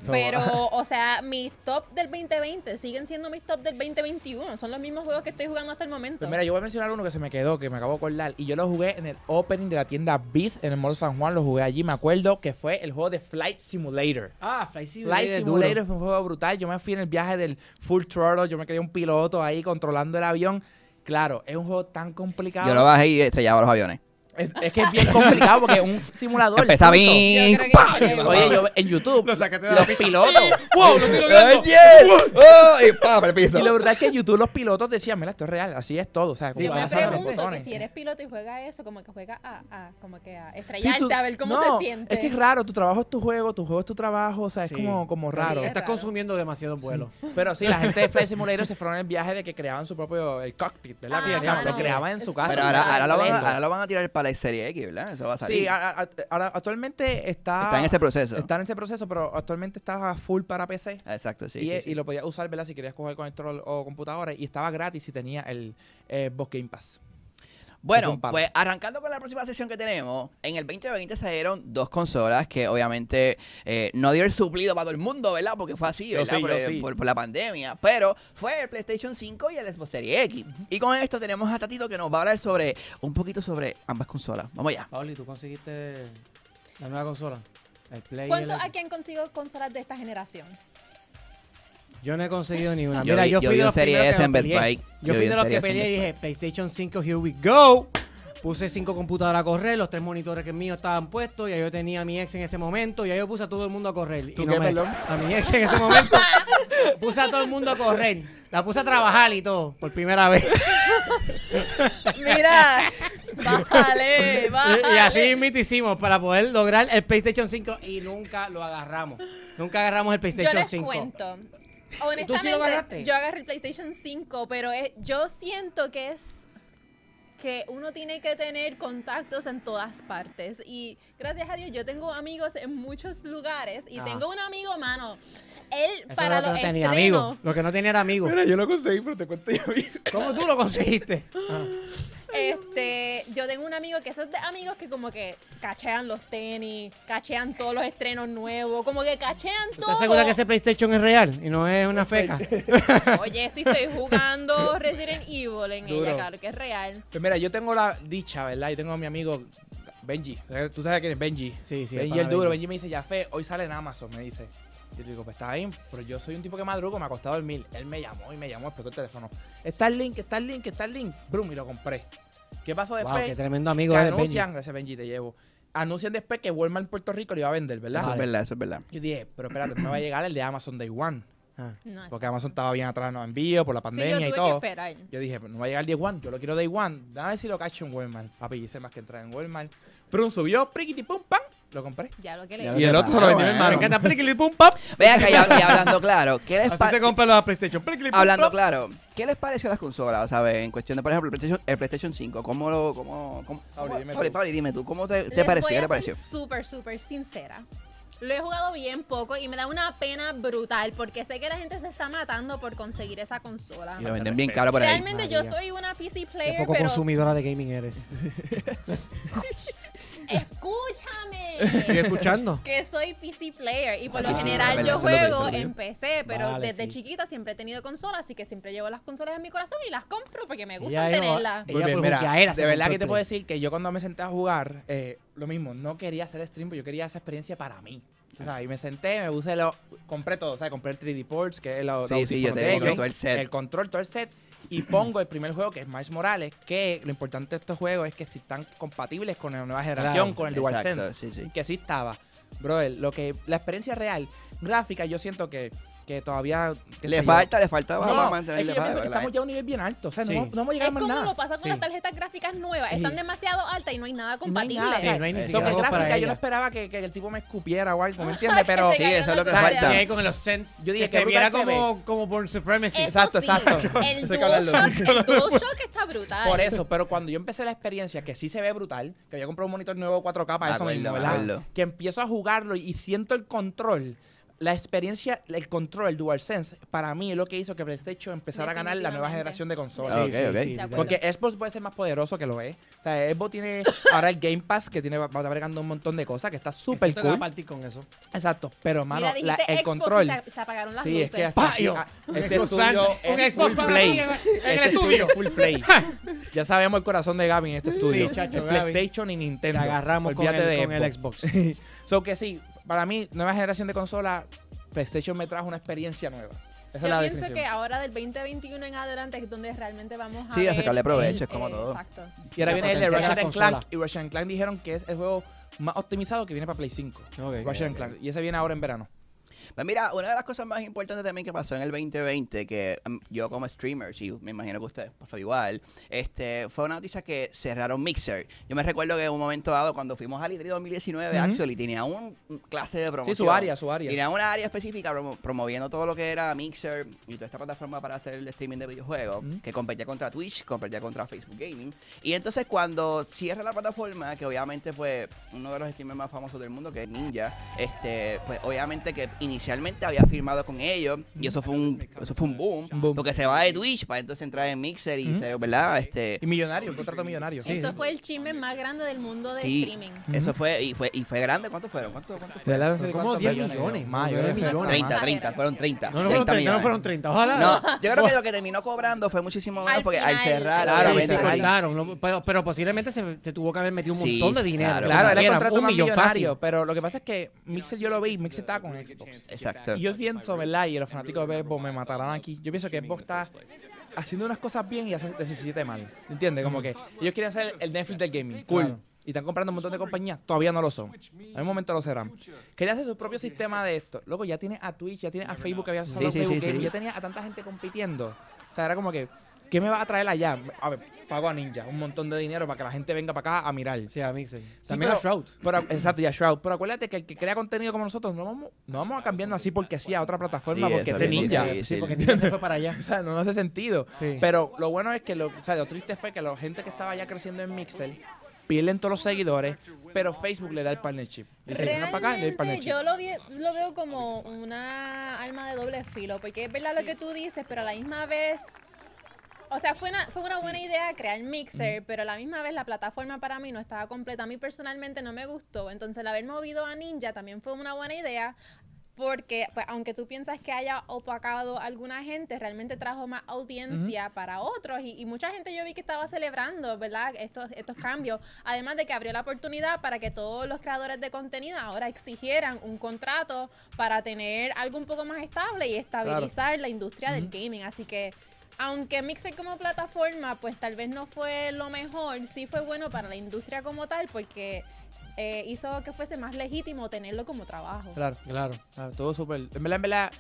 Speaker 4: So,
Speaker 2: pero, o sea, mis top del 2020 siguen siendo mis top del 2021. Son los mismos juegos que estoy jugando hasta el momento.
Speaker 4: Pues mira, yo voy a mencionar uno que se me quedó, que me acabo de acordar. Y yo lo jugué en el opening de la tienda Beast en el Mall San Juan. Lo jugué allí, me acuerdo que fue el juego de Flight Simulator.
Speaker 5: Ah, Flight Simulator.
Speaker 4: Flight
Speaker 5: es
Speaker 4: Simulator
Speaker 5: duro.
Speaker 4: fue un juego brutal. Yo me fui en el viaje del Full Throttle. Yo me creía un piloto ahí controlando el avión. Claro, es un juego tan complicado.
Speaker 1: Yo lo bajé y estrellaba los aviones.
Speaker 4: es, es que es bien complicado porque es un simulador.
Speaker 1: Empezaba
Speaker 4: punto.
Speaker 1: bien.
Speaker 2: Yo creo que-
Speaker 1: ¡pam!
Speaker 2: yo creo que-
Speaker 4: Oye, yo en YouTube.
Speaker 7: Lo sacaste de la
Speaker 4: los pilotos.
Speaker 7: ¡Wow! Lo estoy logrando.
Speaker 1: ¡Oye! ¡Oh! Y ¡pam! el piso.
Speaker 4: Y lo verdad es que en YouTube los pilotos decían, mira, esto es real, así es todo. O sea, como
Speaker 2: Yo
Speaker 4: que
Speaker 2: me
Speaker 4: pasan los
Speaker 2: pregunto que
Speaker 4: botones.
Speaker 2: si eres piloto y juega eso, como que juega a, a- como que a
Speaker 4: Sí,
Speaker 2: estrellarte
Speaker 4: tú-
Speaker 2: a ver cómo
Speaker 4: no,
Speaker 2: se siente.
Speaker 4: Es que es raro, tu trabajo es tu juego, tu juego es tu trabajo, o sea,
Speaker 5: Sí.
Speaker 4: es como, como raro.
Speaker 2: Sí, es
Speaker 5: Estás
Speaker 2: raro.
Speaker 5: consumiendo demasiado vuelo.
Speaker 4: Pero sí, la gente de Flight Simulator se fueron en el viaje de que creaban su propio el cockpit, ¿verdad?
Speaker 2: Ah,
Speaker 4: Sí, el
Speaker 2: mano.
Speaker 4: campo, lo creaban en su casa.
Speaker 1: Pero ahora, ahora, lo van, a-
Speaker 4: Lindo.
Speaker 1: ahora lo van a tirar para la serie X, ¿verdad? Eso va a salir.
Speaker 4: Sí, a- a- ahora actualmente está,
Speaker 1: Está en ese proceso.
Speaker 4: está en ese proceso, pero actualmente estaba full para PC.
Speaker 1: Exacto, sí.
Speaker 4: y,
Speaker 1: sí,
Speaker 4: e-
Speaker 1: sí.
Speaker 4: y lo podías usar, ¿verdad? Si querías coger control o computadora. Y estaba gratis si tenía el eh, Xbox Game Pass. es
Speaker 1: Bueno,
Speaker 4: un palo.
Speaker 1: pues arrancando con la próxima sesión que tenemos, en el 2020 salieron dos consolas que obviamente eh, no dio el suplido para todo el mundo, ¿verdad? Porque fue así,
Speaker 4: Yo
Speaker 1: ¿verdad?
Speaker 4: sí,
Speaker 1: por,
Speaker 4: yo
Speaker 1: eh,
Speaker 4: sí.
Speaker 1: por- por la pandemia. Pero fue el PlayStation 5 y el Xbox Series X. Y con esto tenemos a Tatito que nos va a hablar sobre un poquito sobre ambas consolas. Vamos allá.
Speaker 5: Pauli, ¿tú conseguiste la nueva consola? El Play. y
Speaker 2: ¿Cuánto
Speaker 5: el-
Speaker 2: a quién consigo consolas de esta generación?
Speaker 5: Yo no he conseguido ni una.
Speaker 1: Yo
Speaker 5: Mira,
Speaker 1: vi-
Speaker 5: yo
Speaker 1: yo
Speaker 5: fui
Speaker 1: vi
Speaker 5: de
Speaker 1: en
Speaker 5: los
Speaker 1: Serie
Speaker 5: primeros
Speaker 1: S
Speaker 5: que
Speaker 1: en Best
Speaker 5: peleé.
Speaker 1: Buy. Yo
Speaker 5: Yo
Speaker 1: vi
Speaker 5: fui
Speaker 1: en
Speaker 5: de los
Speaker 1: Serie
Speaker 5: que
Speaker 1: S en
Speaker 5: peleé y
Speaker 1: Best
Speaker 5: dije, PlayStation 5, here we go. Puse cinco computadoras a correr, los tres monitores que míos estaban puestos, y ahí yo tenía a mi ex en ese momento, y ahí yo puse a todo el mundo a correr.
Speaker 4: ¿Tú
Speaker 5: y no
Speaker 4: qué,
Speaker 5: me-
Speaker 4: perdón?
Speaker 5: A mi ex en ese momento. puse a todo el mundo a correr. La puse a trabajar y todo, por primera vez.
Speaker 2: Mira, bájale, bájale.
Speaker 5: Y así mismo hicimos para poder lograr el PlayStation 5 y nunca lo agarramos. Nunca agarramos el
Speaker 2: Yo
Speaker 5: PlayStation
Speaker 2: les
Speaker 5: 5.
Speaker 2: cuento.
Speaker 5: ¿Tú sí lo
Speaker 2: Honestamente,
Speaker 5: agarraste?
Speaker 2: yo agarré el PlayStation 5, pero es- yo siento que es que uno tiene que tener contactos en todas partes. Y gracias a Dios, yo tengo amigos en muchos lugares. Y
Speaker 5: Ah.
Speaker 2: tengo un amigo, mano. Él
Speaker 5: Eso
Speaker 2: para
Speaker 5: era lo
Speaker 2: los
Speaker 5: que no tenía
Speaker 2: estrenos-
Speaker 5: amigos. Lo que no tenía era amigos.
Speaker 4: yo lo conseguí, pero te cuento yo
Speaker 5: ¿Cómo tú lo conseguiste?
Speaker 2: Este, yo tengo un amigo que esos de amigos que como que cachean los tenis, cachean todos los estrenos nuevos, como que cachean todo.
Speaker 5: ¿Estás segura que ese PlayStation es real y no es una feca?
Speaker 2: Oye, si estoy jugando Resident Evil en
Speaker 4: Duro.
Speaker 2: ella, claro que es real.
Speaker 4: Pues mira, yo tengo la dicha, ¿verdad? Yo tengo a mi amigo Benji. Tú sabes quién es Benji.
Speaker 5: Sí, sí.
Speaker 4: Benji
Speaker 5: para
Speaker 4: el duro.
Speaker 5: Benji.
Speaker 4: Benji me dice, ya fe, hoy sale en Amazon, me dice. Yo le digo, pues está bien, pero yo soy un tipo que madrugo, me ha costado dormir. Él me llamó y me llamó, explotó el teléfono. Está el link, está el link, está el link. Brum, y lo compré. ¿Qué pasó
Speaker 5: Wow,
Speaker 4: después?
Speaker 5: qué tremendo
Speaker 4: que
Speaker 5: amigo eres, Benji.
Speaker 4: anuncian, gracias Benji, te llevo. Anuncian después que Walmart en Puerto Rico lo iba a vender, ¿verdad?
Speaker 1: Eso es
Speaker 5: Vale.
Speaker 1: verdad, eso es verdad.
Speaker 4: Yo dije, pero espérate, me va a llegar el de Amazon Day One.
Speaker 5: Ah.
Speaker 2: No, es-
Speaker 4: Porque Amazon estaba bien atrás en los envíos, por la
Speaker 2: sí, yo
Speaker 4: pandemia
Speaker 2: tuve
Speaker 4: y
Speaker 2: que
Speaker 4: todo.
Speaker 2: esperar.
Speaker 4: Yo dije, no va a llegar Day One, yo lo quiero Day One. Dame si lo cacho en Walmart. Papi, hice más que entrar en Walmart. Prun subió, priquiti, pum, pam. Lo compré.
Speaker 2: Ya lo que
Speaker 1: Ya
Speaker 2: le
Speaker 1: lo
Speaker 4: Y el otro se lo vendí a mi
Speaker 1: Bueno.
Speaker 7: Me
Speaker 4: hermano.
Speaker 7: encanta. Prickly pum pap.
Speaker 1: Vean acá, y hab- y hablando claro, ¿qué les
Speaker 7: Así se
Speaker 1: parece?
Speaker 7: compra los PlayStation. Prickly pum
Speaker 1: Hablando
Speaker 7: pap.
Speaker 1: claro, ¿qué les pareció las consolas? O sea, en cuestión de, por ejemplo, el PlayStation, el PlayStation 5, ¿cómo lo...? Cómo, cómo-
Speaker 4: Pauli,
Speaker 1: cómo-
Speaker 4: dime
Speaker 1: Pauli,
Speaker 4: tú.
Speaker 1: Pauli, dime tú, ¿cómo te, te
Speaker 2: Les
Speaker 1: pareció?
Speaker 2: voy
Speaker 1: ¿Qué
Speaker 2: a
Speaker 1: te
Speaker 2: ser
Speaker 1: pareció?
Speaker 2: Súper, súper sincera. Lo he jugado bien poco y me da una pena brutal porque sé que la gente se está matando por conseguir esa
Speaker 4: Ah,
Speaker 2: consola.
Speaker 1: Y lo venden bien caro por ahí.
Speaker 2: Realmente yo
Speaker 3: María.
Speaker 2: soy una PC
Speaker 3: Qué
Speaker 2: player,
Speaker 3: poco
Speaker 2: pero
Speaker 3: consumidora de gaming eres. Estoy
Speaker 2: escúchame.
Speaker 3: escuchando.
Speaker 2: que soy PC player y por
Speaker 1: Ah,
Speaker 2: lo
Speaker 1: sí,
Speaker 2: general
Speaker 1: verdad,
Speaker 2: yo
Speaker 1: eso es lo que dice,
Speaker 2: juego
Speaker 1: ¿no?
Speaker 2: en PC, pero
Speaker 5: Vale,
Speaker 2: desde
Speaker 5: sí.
Speaker 2: chiquita siempre he tenido consolas, así que siempre llevo las consolas en mi corazón y las compro porque me
Speaker 3: Ya,
Speaker 2: gusta
Speaker 3: ya,
Speaker 2: tenerlas.
Speaker 3: Ella
Speaker 4: Muy bien,
Speaker 3: por
Speaker 4: mira,
Speaker 3: juqueadera se
Speaker 4: de verdad
Speaker 3: compró
Speaker 4: que
Speaker 3: el
Speaker 4: te
Speaker 3: Play.
Speaker 4: puedo decir que yo cuando me senté a jugar, eh, lo mismo, no quería hacer stream, pero yo quería esa experiencia para mí. O sea, y me senté, me puse, lo, compré todo, o sea, compré el 3D Ports, que es la,
Speaker 1: Sí,
Speaker 4: la
Speaker 1: sí, yo
Speaker 4: audífonos
Speaker 1: te
Speaker 4: de
Speaker 1: digo que
Speaker 4: ellos,
Speaker 1: todo el set.
Speaker 4: el control, todo el set, y pongo el primer juego que es Miles Morales, que lo importante de estos juegos es que si están compatibles con la nueva generación, con el DualSense
Speaker 1: Exacto, sí, sí.
Speaker 4: que sí estaba. Brother, lo que, la experiencia real, gráfica, yo siento que, que todavía... qué
Speaker 1: Le
Speaker 4: sé yo.
Speaker 1: falta, le falta,
Speaker 4: No,
Speaker 1: vamos a
Speaker 4: es que yo
Speaker 1: mantenerle
Speaker 4: pienso
Speaker 1: para
Speaker 4: que
Speaker 1: la
Speaker 4: estamos ya a un nivel bien alto, o sea,
Speaker 3: Sí.
Speaker 4: no, no vamos a
Speaker 2: Es
Speaker 4: llegar más
Speaker 2: como
Speaker 4: nada.
Speaker 2: lo pasa con
Speaker 3: Sí.
Speaker 2: las tarjetas gráficas nuevas,
Speaker 4: Sí.
Speaker 2: están demasiado altas y no hay nada compatible.
Speaker 4: nada,
Speaker 3: Sí, no hay ni
Speaker 4: So,
Speaker 3: siquiera
Speaker 4: que
Speaker 3: algo para
Speaker 4: gráfica, yo
Speaker 3: ella.
Speaker 4: no esperaba que, que el tipo me escupiera o algo, ¿me entiendes?
Speaker 2: Este
Speaker 4: Pero...
Speaker 1: Sí, eso es lo que
Speaker 2: Exacto.
Speaker 1: falta.
Speaker 7: Que con los sense.
Speaker 4: Yo dije,
Speaker 7: que se
Speaker 4: qué
Speaker 7: viera
Speaker 4: brutal se
Speaker 7: como, como Born Supremacy.
Speaker 2: Eso
Speaker 4: Exacto,
Speaker 2: sí,
Speaker 4: exacto.
Speaker 2: El
Speaker 4: Eso hay que hablarlo.
Speaker 2: DualShock, el DualShock está brutal.
Speaker 4: Por eso, pero cuando yo empecé la experiencia, que sí se ve brutal, que había comprado un monitor nuevo 4K para
Speaker 1: Me
Speaker 4: eso
Speaker 1: acuerdo,
Speaker 4: mismo,
Speaker 1: me
Speaker 4: ¿verdad?
Speaker 1: acuerdo.
Speaker 4: Que empiezo a jugarlo y siento el control. La experiencia, el control, el DualSense, para mí es lo que hizo que PlayStation empezara a ganar la nueva
Speaker 2: Definitivamente.
Speaker 4: generación de
Speaker 1: Ah,
Speaker 4: consolas.
Speaker 1: ok, ok.
Speaker 2: De acuerdo.
Speaker 4: Porque Xbox puede ser más poderoso que lo es. O sea, Xbox tiene ahora el Game Pass que tiene va va agregando un montón de cosas que está súper
Speaker 5: Siento que va a
Speaker 4: cool.
Speaker 5: partir con eso.
Speaker 4: Exacto, pero mano,
Speaker 2: Mira,
Speaker 4: la-
Speaker 2: dijiste
Speaker 4: el
Speaker 2: Xbox
Speaker 4: control.
Speaker 2: y se, se apagaron las
Speaker 4: Sí,
Speaker 2: luces.
Speaker 4: es que hasta aquí,
Speaker 7: ¡Payo!
Speaker 4: ah,
Speaker 7: Un
Speaker 4: este
Speaker 7: Xbox
Speaker 4: estudio
Speaker 7: Fans, un
Speaker 4: es
Speaker 7: Xbox
Speaker 4: full
Speaker 7: para
Speaker 4: play.
Speaker 7: mí, en el
Speaker 4: Este
Speaker 7: estudio.
Speaker 4: es full play. Ya sabemos el corazón de Gaby en este estudio.
Speaker 5: chacho,
Speaker 4: El
Speaker 5: Gaby.
Speaker 4: PlayStation y
Speaker 3: Te
Speaker 4: Nintendo.
Speaker 3: agarramos con
Speaker 4: Olvídate
Speaker 3: el,
Speaker 4: de
Speaker 3: con el
Speaker 4: Xbox.
Speaker 3: Xbox.
Speaker 4: So que sí, para mí, nueva generación de consola, PlayStation me trajo una experiencia nueva. Esa es
Speaker 2: Yo
Speaker 4: la
Speaker 2: pienso
Speaker 4: definición.
Speaker 2: que ahora del 2021 en adelante es donde realmente vamos a
Speaker 1: Sí, a
Speaker 2: ver
Speaker 1: sacarle
Speaker 2: el-
Speaker 1: provecho, es como
Speaker 2: eh,
Speaker 1: todo.
Speaker 2: Exacto.
Speaker 4: Y ahora
Speaker 5: La
Speaker 4: viene el de
Speaker 5: potencia de la
Speaker 4: Ratchet and Clank.
Speaker 5: consola.
Speaker 4: Y Ratchet and Clank dijeron que es el juego más optimizado que viene para Play 5.
Speaker 5: Ok.
Speaker 4: Ratchet and Clank. Y ese viene ahora en verano.
Speaker 1: Pues mira, una de las cosas más importantes también que pasó en el 2020, que mm, yo como streamer, sí, me imagino que ustedes pasó igual, este, fue una noticia que cerraron Mixer. Yo me recuerdo que en un momento dado, cuando fuimos al E E3 2019,
Speaker 4: Ujú.
Speaker 1: actually, tenía un clase de
Speaker 4: Sí,
Speaker 1: promoción.
Speaker 4: su área, su área.
Speaker 1: Tenía una área específica promo- promoviendo todo lo que era Mixer y toda esta plataforma para hacer el streaming de videojuegos,
Speaker 3: Mm.
Speaker 4: Ujú.
Speaker 1: que competía contra Twitch, competía contra Facebook Gaming. Y entonces cuando cierra la plataforma, que obviamente fue uno de los streamers más famosos del mundo, que es Ninja, este, pues obviamente que inicialmente había firmado con ellos, y eso fue un, eso fue un boom,
Speaker 4: Un boom.
Speaker 1: porque se va de Twitch para entonces entrar en Mixer y
Speaker 3: Mm.
Speaker 4: Ujú.
Speaker 1: se, ¿verdad? Este,
Speaker 4: Y millonario, un contrato millonario.
Speaker 2: Eso fue el chisme más grande del mundo de
Speaker 1: sí,
Speaker 2: streaming.
Speaker 3: Mm.
Speaker 1: eso fue, y fue, y fue grande, ¿cuánto fueron? ¿Cuánto, cuánto fueron?
Speaker 4: ¿Verdad? No sé
Speaker 5: Pero
Speaker 4: de
Speaker 5: como
Speaker 4: cuántos
Speaker 5: 10 millones,
Speaker 4: Más, yo
Speaker 5: como
Speaker 4: creo que
Speaker 5: 10
Speaker 4: fue
Speaker 1: 30,
Speaker 2: más.
Speaker 1: 30, fueron 30.
Speaker 3: No, no fueron 30, no
Speaker 1: millones.
Speaker 3: fueron 30. Ojalá.
Speaker 1: No, yo creo que lo que terminó cobrando fue muchísimo menos
Speaker 2: Al
Speaker 1: porque al
Speaker 2: final,
Speaker 1: cerrar la
Speaker 4: claro,
Speaker 5: sí,
Speaker 1: venta
Speaker 5: se
Speaker 4: claro.
Speaker 1: ahí-
Speaker 5: cortaron, no, pero, pero posiblemente se, se tuvo que haber metido un
Speaker 1: Sí,
Speaker 5: montón de dinero.
Speaker 1: claro.
Speaker 4: Claro, era el
Speaker 5: Era
Speaker 4: contrato
Speaker 5: un
Speaker 4: más
Speaker 5: millón
Speaker 4: millonario,
Speaker 5: fácil.
Speaker 4: pero lo que pasa es que Mixer yo lo vi, Mixer estaba con Xbox.
Speaker 1: Exacto.
Speaker 4: Y yo pienso, ¿verdad? Y los fanáticos de Xbox me matarán aquí. Yo pienso que Xbox está haciendo unas cosas bien y hace 17 mal. ¿Entiendes? Como que ellos quieren hacer el Netflix del gaming. Cool.
Speaker 5: Claro.
Speaker 4: Y están comprando un montón de compañías. Todavía no lo son. En un momento lo serán. Querían hacer su propio sistema de esto. Loco, ya tiene a Twitch, ya tiene a Facebook, que había
Speaker 1: Sí,
Speaker 4: lanzado
Speaker 1: sí,
Speaker 4: Facebook
Speaker 1: sí,
Speaker 4: Gaming,
Speaker 1: sí.
Speaker 4: Ya tenía a tanta gente compitiendo. O sea, era como que, ¿qué me va a traer allá? A ver, pago a Ninja un montón de dinero para que la gente venga para acá a mirar.
Speaker 5: Sí, a Mixer.
Speaker 4: Sí,
Speaker 5: También
Speaker 4: pero-
Speaker 5: a Shroud.
Speaker 4: Pero, exacto, ya Shroud. Pero acuérdate que el que crea contenido como nosotros no vamos, no vamos a cambiarnos así porque sí a otra plataforma,
Speaker 1: Sí,
Speaker 4: porque
Speaker 1: eso
Speaker 4: este
Speaker 1: mismo,
Speaker 4: ninja.
Speaker 1: sí.
Speaker 5: Sí, porque Ninja se fue para allá.
Speaker 4: O sea, no, no hace sentido.
Speaker 5: Sí.
Speaker 4: Pero lo bueno es que lo, o sea, lo triste fue que la gente que estaba ya creciendo en Mixer pierden todos los seguidores, pero Facebook le da el partnership. Dice, "Ven para acá, le doy
Speaker 2: Realmente
Speaker 4: el partnership".
Speaker 2: yo lo, vi- lo veo como una alma de doble filo, porque es verdad lo que tú dices, pero a la misma vez... O sea, fue una, fue una buena idea crear Mixer, pero a la misma vez la plataforma para mí no estaba completa. A mí personalmente no me gustó, entonces el haber movido a Ninja también fue una buena idea. Porque pues, aunque tú piensas que haya opacado a alguna gente, realmente trajo más audiencia para otros. Y, y mucha gente yo vi que estaba celebrando, ¿verdad? Estos, estos cambios. Además de que abrió la oportunidad para que todos los creadores de contenido ahora exigieran un contrato para tener algo un poco más estable y estabilizar la industria del gaming. Así que... Aunque Mixer como plataforma, pues tal vez no fue lo mejor, sí fue bueno para la industria como tal, porque eh, hizo que fuese más legítimo tenerlo como trabajo.
Speaker 5: Claro, claro.
Speaker 4: Ah, todo súper. En verdad, en verdad,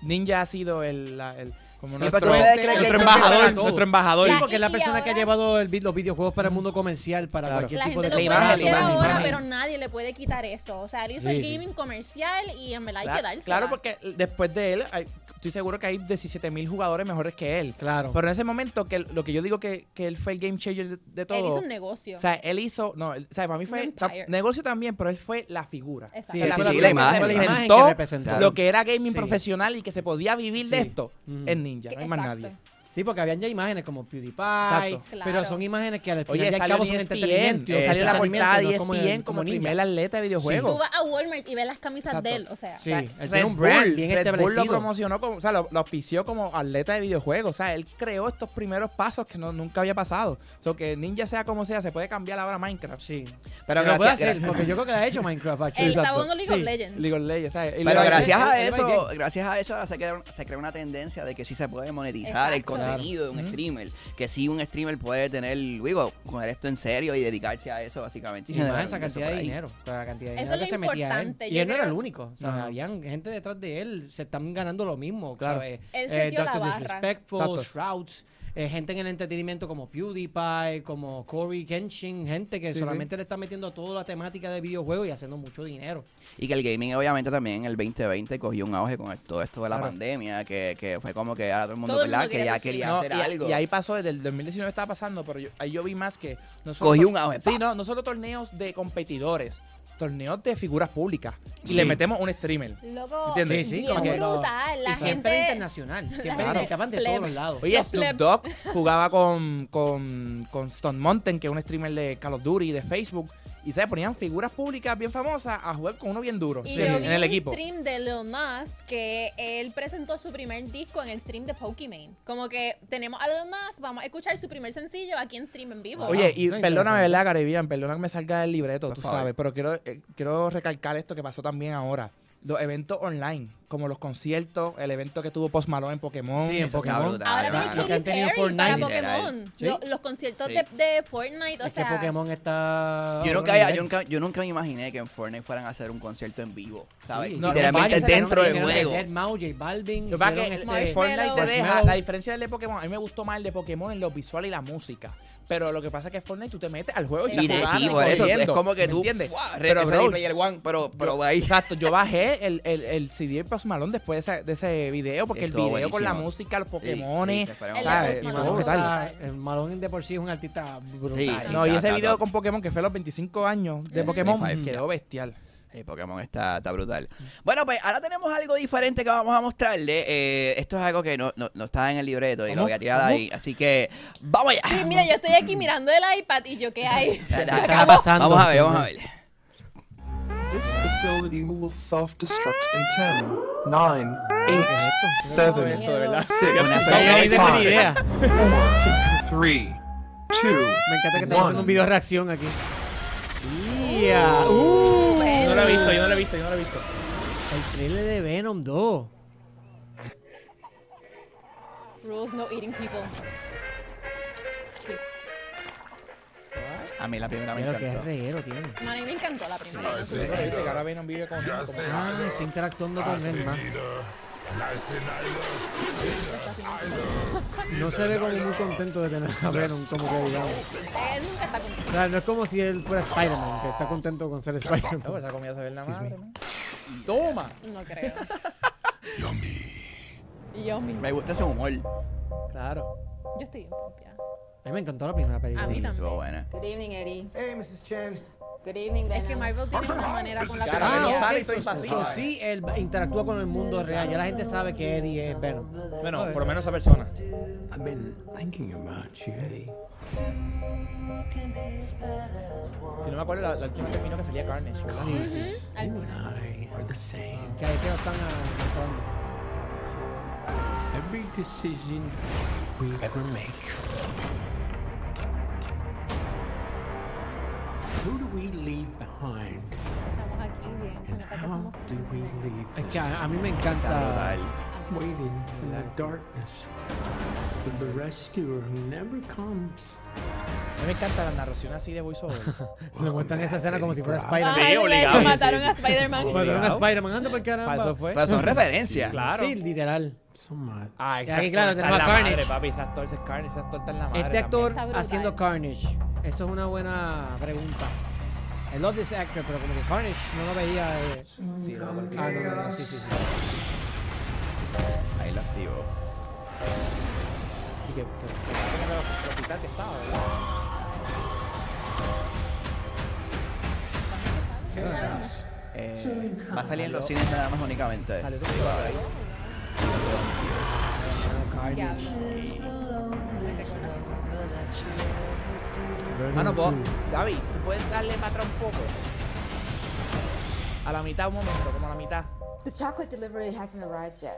Speaker 4: Ninja ha sido el. la- el- Como
Speaker 1: para que
Speaker 4: nuestro,
Speaker 1: ustedes crean que
Speaker 4: nuestro
Speaker 1: entonces
Speaker 4: embajador,
Speaker 5: hagan todo.
Speaker 4: nuestro embajador.
Speaker 5: Sí,
Speaker 2: La-
Speaker 5: porque es la
Speaker 2: y
Speaker 5: persona que ha
Speaker 2: ahora-
Speaker 5: llevado el bit- los videojuegos para el mundo comercial, para
Speaker 4: Claro.
Speaker 5: cualquier
Speaker 2: La
Speaker 5: tipo
Speaker 2: gente
Speaker 5: de...
Speaker 1: La
Speaker 2: lo puede
Speaker 1: imagen, la
Speaker 2: hacer
Speaker 1: imagen,
Speaker 2: ahora,
Speaker 1: imagen.
Speaker 2: pero nadie le puede quitar eso. O sea, él hizo el
Speaker 5: Sí, sí.
Speaker 2: gaming comercial y en verdad hay que
Speaker 4: Claro,
Speaker 2: darse.
Speaker 4: claro, porque después de él, hay- estoy seguro que hay 17 mil jugadores mejores que él.
Speaker 5: Claro.
Speaker 4: Pero en ese momento, que lo que yo digo que, que él fue el game changer de, de todo.
Speaker 2: él hizo un negocio.
Speaker 4: O sea, él hizo, no, él- o sea, para mí fue
Speaker 2: Un empire.
Speaker 4: ta- negocio también, pero él fue la figura.
Speaker 2: Exacto.
Speaker 5: Sí,
Speaker 4: O sea,
Speaker 1: sí,
Speaker 4: figura
Speaker 1: sí,
Speaker 4: que
Speaker 1: la imagen.
Speaker 5: fue la imagen
Speaker 4: representó
Speaker 5: que representó.
Speaker 1: Claro.
Speaker 4: lo que era gaming
Speaker 5: Sí.
Speaker 4: profesional y que se podía vivir de
Speaker 5: Sí.
Speaker 4: esto
Speaker 5: Ujú.
Speaker 4: en Ninja,
Speaker 2: Que-
Speaker 4: no hay más
Speaker 2: exacto.
Speaker 4: nadie.
Speaker 5: Sí, porque habían ya imágenes como PewDiePie,
Speaker 4: Exacto.
Speaker 5: pero
Speaker 2: Claro.
Speaker 5: son imágenes que al final
Speaker 4: Oye,
Speaker 5: y al
Speaker 4: salió
Speaker 5: cabo
Speaker 4: en E
Speaker 5: son
Speaker 4: ESPN,
Speaker 5: este entretenimiento.
Speaker 4: Eh, salió en la
Speaker 5: entretenimiento,
Speaker 4: portada de E
Speaker 5: no es como
Speaker 4: ESPN como,
Speaker 5: como
Speaker 4: el
Speaker 5: ninja.
Speaker 4: primer atleta de videojuegos.
Speaker 2: Tú vas a Walmart y ves las camisas
Speaker 4: Exacto.
Speaker 2: de él. O sea,
Speaker 5: Sí,
Speaker 4: sea,
Speaker 5: él
Speaker 4: Red
Speaker 5: tiene un
Speaker 4: Bull,
Speaker 5: brand bien
Speaker 4: Red Bull lo
Speaker 5: establecido.
Speaker 4: promocionó, como, o sea, lo, lo auspició como atleta de videojuegos. O sea, él creó estos primeros pasos que no, nunca había pasado. O sea, que Ninja sea como sea, se puede cambiar ahora a Minecraft.
Speaker 5: Sí.
Speaker 1: Pero
Speaker 5: Que lo puede
Speaker 1: gracias,
Speaker 5: hacer,
Speaker 1: gra-
Speaker 5: porque yo creo que lo ha hecho Minecraft. actually.
Speaker 2: él
Speaker 4: Exacto.
Speaker 2: está jugando League
Speaker 5: Sí.
Speaker 2: of Legends.
Speaker 4: League of Legends, ¿sabes? Y
Speaker 1: Pero
Speaker 4: lo-
Speaker 1: gracias
Speaker 5: él-
Speaker 1: a
Speaker 5: él- él va
Speaker 1: eso,
Speaker 5: bien.
Speaker 1: gracias a eso ahora se crea, se crea una tendencia de que sí se puede monetizar el
Speaker 2: Exacto.
Speaker 1: contenido de un
Speaker 4: Claro.
Speaker 1: streamer, que sí un streamer puede tener, digo, coger esto en serio y dedicarse a eso básicamente.
Speaker 5: Y más
Speaker 1: generar
Speaker 5: esa
Speaker 1: ingresos
Speaker 5: cantidad
Speaker 1: por
Speaker 5: de
Speaker 1: ahí.
Speaker 5: dinero, o sea, la cantidad de
Speaker 2: Eso
Speaker 5: dinero
Speaker 2: es lo
Speaker 5: que se metía él.
Speaker 2: importante,
Speaker 5: Y
Speaker 2: yo
Speaker 5: él no era
Speaker 2: creo-
Speaker 5: el único, o sea,
Speaker 4: Ajá.
Speaker 5: habían gente detrás de él, se están ganando lo mismo,
Speaker 4: Claro.
Speaker 5: ¿sabes?
Speaker 2: Él sentió la
Speaker 5: Dr.
Speaker 2: barra.
Speaker 5: Disrespectful,
Speaker 4: Exacto.
Speaker 5: Shrouds, eh, gente en el entretenimiento como PewDiePie, como Corey Kenshin, gente que
Speaker 4: Sí, sí.
Speaker 5: solamente le está metiendo a toda la temática de videojuegos y haciendo mucho dinero.
Speaker 1: Y que el gaming obviamente también en el 2020 cogió un auge con todo esto de la pandemia, que, que fue como que ahora todo el mundo,
Speaker 2: Todo el
Speaker 1: ¿verdad?
Speaker 2: mundo
Speaker 1: que ya
Speaker 2: quería hacer
Speaker 1: quería
Speaker 2: streaming.
Speaker 1: hacer
Speaker 4: y,
Speaker 1: algo.
Speaker 4: y ahí pasó, desde el 2019 estaba pasando, pero yo, ahí yo vi más que... No solo
Speaker 1: Cogió un auge,
Speaker 4: Sí,
Speaker 1: pa.
Speaker 4: no, no solo torneos de competidores, torneos de figuras públicas. Y
Speaker 1: Sí.
Speaker 4: le metemos un streamer.
Speaker 2: Loco,
Speaker 4: ¿Entiendes?
Speaker 5: Sí, sí,
Speaker 2: bien
Speaker 5: como que lo-
Speaker 2: brutal.
Speaker 5: y
Speaker 2: La
Speaker 5: siempre era
Speaker 2: gente...
Speaker 5: internacional,
Speaker 2: la
Speaker 5: siempre
Speaker 2: gente
Speaker 5: dedicaban de
Speaker 2: plebe.
Speaker 5: todos los lados.
Speaker 4: Oye,
Speaker 2: Los
Speaker 4: Snoop
Speaker 2: plebs.
Speaker 4: Dogg jugaba con, con, con Stone Mountain, que es un streamer de Call of Duty, de Facebook. Y se ponían figuras públicas bien famosas a jugar con uno bien duro
Speaker 2: Y
Speaker 4: sí,
Speaker 2: yo
Speaker 4: en
Speaker 2: vi
Speaker 4: el
Speaker 2: un
Speaker 4: equipo.
Speaker 2: stream de Lil Nas que él presentó su primer disco en el stream de Pokimane. Como que tenemos a Lil Nas, vamos a escuchar su primer sencillo aquí en stream en vivo.
Speaker 4: Oye,
Speaker 5: Eso
Speaker 4: y
Speaker 5: es
Speaker 4: perdóname,
Speaker 5: interesante.
Speaker 4: ¿verdad, Caribbean? Perdona que me salga del libreto,
Speaker 1: Ah, Por
Speaker 4: tú
Speaker 1: favor.
Speaker 4: sabes, pero quiero, eh, quiero recalcar esto que pasó también ahora. Los eventos online, como los conciertos, el evento que tuvo Post Malone en Pokémon.
Speaker 5: Sí, en
Speaker 1: Eso está
Speaker 5: Pokémon.
Speaker 1: brutal,
Speaker 2: Ahora
Speaker 1: mano.
Speaker 2: viene
Speaker 5: Lo que
Speaker 2: Katy
Speaker 5: han tenido
Speaker 2: Perry para
Speaker 5: Fortnite.
Speaker 2: Pokémon.
Speaker 5: Sí.
Speaker 2: Lo- los conciertos
Speaker 1: Sí.
Speaker 2: de, de Fortnite, o
Speaker 5: Es
Speaker 2: sea...
Speaker 5: que Pokémon está...
Speaker 1: Yo
Speaker 5: otro
Speaker 1: nunca,
Speaker 5: nivel.
Speaker 1: yo, nunca, yo nunca me imaginé que en Fortnite fueran a hacer un concierto en vivo, ¿sabes?
Speaker 5: Sí,
Speaker 4: No,
Speaker 1: Literalmente
Speaker 4: varios
Speaker 1: dentro del
Speaker 5: hicieron- hicieron
Speaker 1: juego.
Speaker 5: Dead Mouse, J Balvin,
Speaker 4: Lo que pasa es que
Speaker 5: hicieron
Speaker 4: eh,
Speaker 5: este-
Speaker 4: Fortnite te deja,
Speaker 5: Marshmallow.
Speaker 4: la diferencia del de Pokémon, a mí me gustó más el de Pokémon en los visuales y la música. Pero lo que pasa es que Fortnite tú te metes al juego y,
Speaker 2: Sí.
Speaker 1: Y
Speaker 4: estás
Speaker 1: de
Speaker 2: Claro,
Speaker 1: sí,
Speaker 4: jugando,
Speaker 1: por eso, es
Speaker 4: corriendo,
Speaker 1: como que
Speaker 4: ¿me
Speaker 1: tú,
Speaker 4: entiendes?
Speaker 1: ¡fua! re-
Speaker 4: Pero,
Speaker 1: Ready
Speaker 4: bro,
Speaker 1: Player One, pero, pero
Speaker 4: yo-
Speaker 1: ahí.
Speaker 4: Exacto, yo bajé el, el, el CD de Post Malone después de ese, de ese video, porque el
Speaker 1: Estuvo
Speaker 4: video con la
Speaker 1: buenísimo.
Speaker 4: música, los
Speaker 1: Sí,
Speaker 4: Pokémon.
Speaker 1: sí, se fueron
Speaker 2: El
Speaker 1: a-
Speaker 4: ¿sabes?
Speaker 2: Post
Speaker 5: Y
Speaker 2: Malone
Speaker 5: Malone
Speaker 2: brutal.
Speaker 5: está- este, el Malone de por sí es un artista brutal.
Speaker 1: Sí.
Speaker 4: No,
Speaker 1: Está-
Speaker 4: y ese
Speaker 1: está
Speaker 4: video
Speaker 1: top.
Speaker 4: con Pokémon que fue a los 25 años de
Speaker 5: Eh,
Speaker 2: Ujú.
Speaker 4: Pokémon mm,
Speaker 1: 25.
Speaker 4: quedó bestial.
Speaker 1: Sí, Pokémon está, está brutal. Bueno, pues ahora tenemos algo diferente que vamos a mostrarle. Eh, esto es algo que no, no, no está en el libreto y lo
Speaker 4: ¿Cómo?
Speaker 1: voy a tirar de
Speaker 4: ¿Cómo?
Speaker 1: ahí. Así que, ¡vamos allá!
Speaker 2: Sí, mira, yo estoy aquí mirando el iPad y yo, ¿qué hay?
Speaker 1: Espera,
Speaker 5: está
Speaker 1: vamos-
Speaker 5: pasando?
Speaker 1: Vamos a ver, vamos a ver.
Speaker 8: This facility will self-destruct in 10, 9, 8,
Speaker 2: Qué
Speaker 8: 7,
Speaker 2: miedo.
Speaker 8: 6,
Speaker 5: No, no hice ni idea.
Speaker 8: 5, 3, 2,
Speaker 5: Me encanta que estamos haciendo un video de reacción aquí.
Speaker 2: Bueno.
Speaker 4: No lo he visto, yo no lo he visto, yo no lo he visto.
Speaker 5: El trailer de Venom 2.
Speaker 2: Rules no eating people. Sí.
Speaker 1: A mí la primera me
Speaker 5: Mira que
Speaker 1: encantó.
Speaker 5: reguero tiene.
Speaker 2: No, a mí me encantó la primera. yo no sé.
Speaker 4: Yo no lo he
Speaker 5: eh,
Speaker 4: visto, que ahora Venom vive con. con-
Speaker 5: Ah, está interactuando con él más. No se ve como muy contento de tener a Venom como que digamos.
Speaker 2: Él nunca está contento.
Speaker 5: O sea, no es como si él fuera Spider-Man, que está contento con ser
Speaker 4: Ah, pues
Speaker 5: Spider-Man.
Speaker 4: esa comida se ve en la madre, man. Toma.
Speaker 2: No creo. Yummy. Yummy.
Speaker 1: Me gusta ese humor.
Speaker 5: Claro.
Speaker 2: Yo estoy bien pompeada.
Speaker 5: A mí me encantó la primera película.
Speaker 2: A mí
Speaker 1: Sí,
Speaker 2: también.
Speaker 1: estuvo buena.
Speaker 9: Good evening, Eddie.
Speaker 10: Hey, Mrs. Chen.
Speaker 9: Good evening, Ben.
Speaker 2: Es que Marvel tiene una manera con la
Speaker 4: Cara, no
Speaker 5: Ah,
Speaker 2: comedia.
Speaker 4: sabe,
Speaker 5: ok, so-
Speaker 4: estoy
Speaker 5: so-
Speaker 4: pasiva.
Speaker 5: so sí, él interactúa con el mundo real. Ya la gente sabe que Eddie es Venom.
Speaker 4: Bueno, por lo menos esa persona.
Speaker 11: I've been thinking about you, Eddie.
Speaker 4: Si no me acuerdo, la, la última terminó que salía Carnage. ¿verdad?
Speaker 2: Ujú, al
Speaker 11: You and
Speaker 2: final.
Speaker 11: I are the same.
Speaker 5: Que ahí te lo están a-
Speaker 11: Every decision we ever make. Who do we leave behind?
Speaker 2: Estamos aquí bien. Se
Speaker 11: And
Speaker 2: nota que
Speaker 11: how
Speaker 2: somos
Speaker 11: do we leave
Speaker 5: Es
Speaker 11: this
Speaker 5: que a, a mí me encanta.
Speaker 11: waiting in that darkness for the rescuer who never comes?
Speaker 4: A mí me encanta la narración así de voiceover.
Speaker 5: Le muestran esa escena como si fuera
Speaker 4: Ah.
Speaker 2: Ay,
Speaker 5: Spider-Man.
Speaker 2: bueno, mataron a Spider-Man.
Speaker 5: Mataron a Spider-Man, anda por
Speaker 4: Para eso
Speaker 5: caramba.
Speaker 4: fue.
Speaker 1: Pero son referencias.
Speaker 4: Claro.
Speaker 5: Sí, literal.
Speaker 11: so much.
Speaker 4: Ah,
Speaker 5: Y aquí, claro,
Speaker 4: está
Speaker 5: tenemos
Speaker 4: en
Speaker 5: a
Speaker 4: la
Speaker 5: Carnage.
Speaker 4: Madre, papi, ese actor ese es Carnage, ese actor está en la madre.
Speaker 5: Este actor
Speaker 2: Está brutal.
Speaker 5: haciendo Carnage. Eso es una buena pregunta. I love this actor, pero como que Carnage no lo veía. eh. Ah, no, no, no, sí, sí, sí.
Speaker 1: Ahí lo activo.
Speaker 5: Y que- que-
Speaker 1: Eh, va a salir en los cines nada más únicamente.
Speaker 5: Salió de-
Speaker 1: Sí, va ahí.
Speaker 2: Diablo.
Speaker 4: Mano, ¿puedo- David, ¿tú puedes darle para atrás un poco? A la mitad un momento, como a la mitad.
Speaker 9: The chocolate delivery hasn't arrived yet.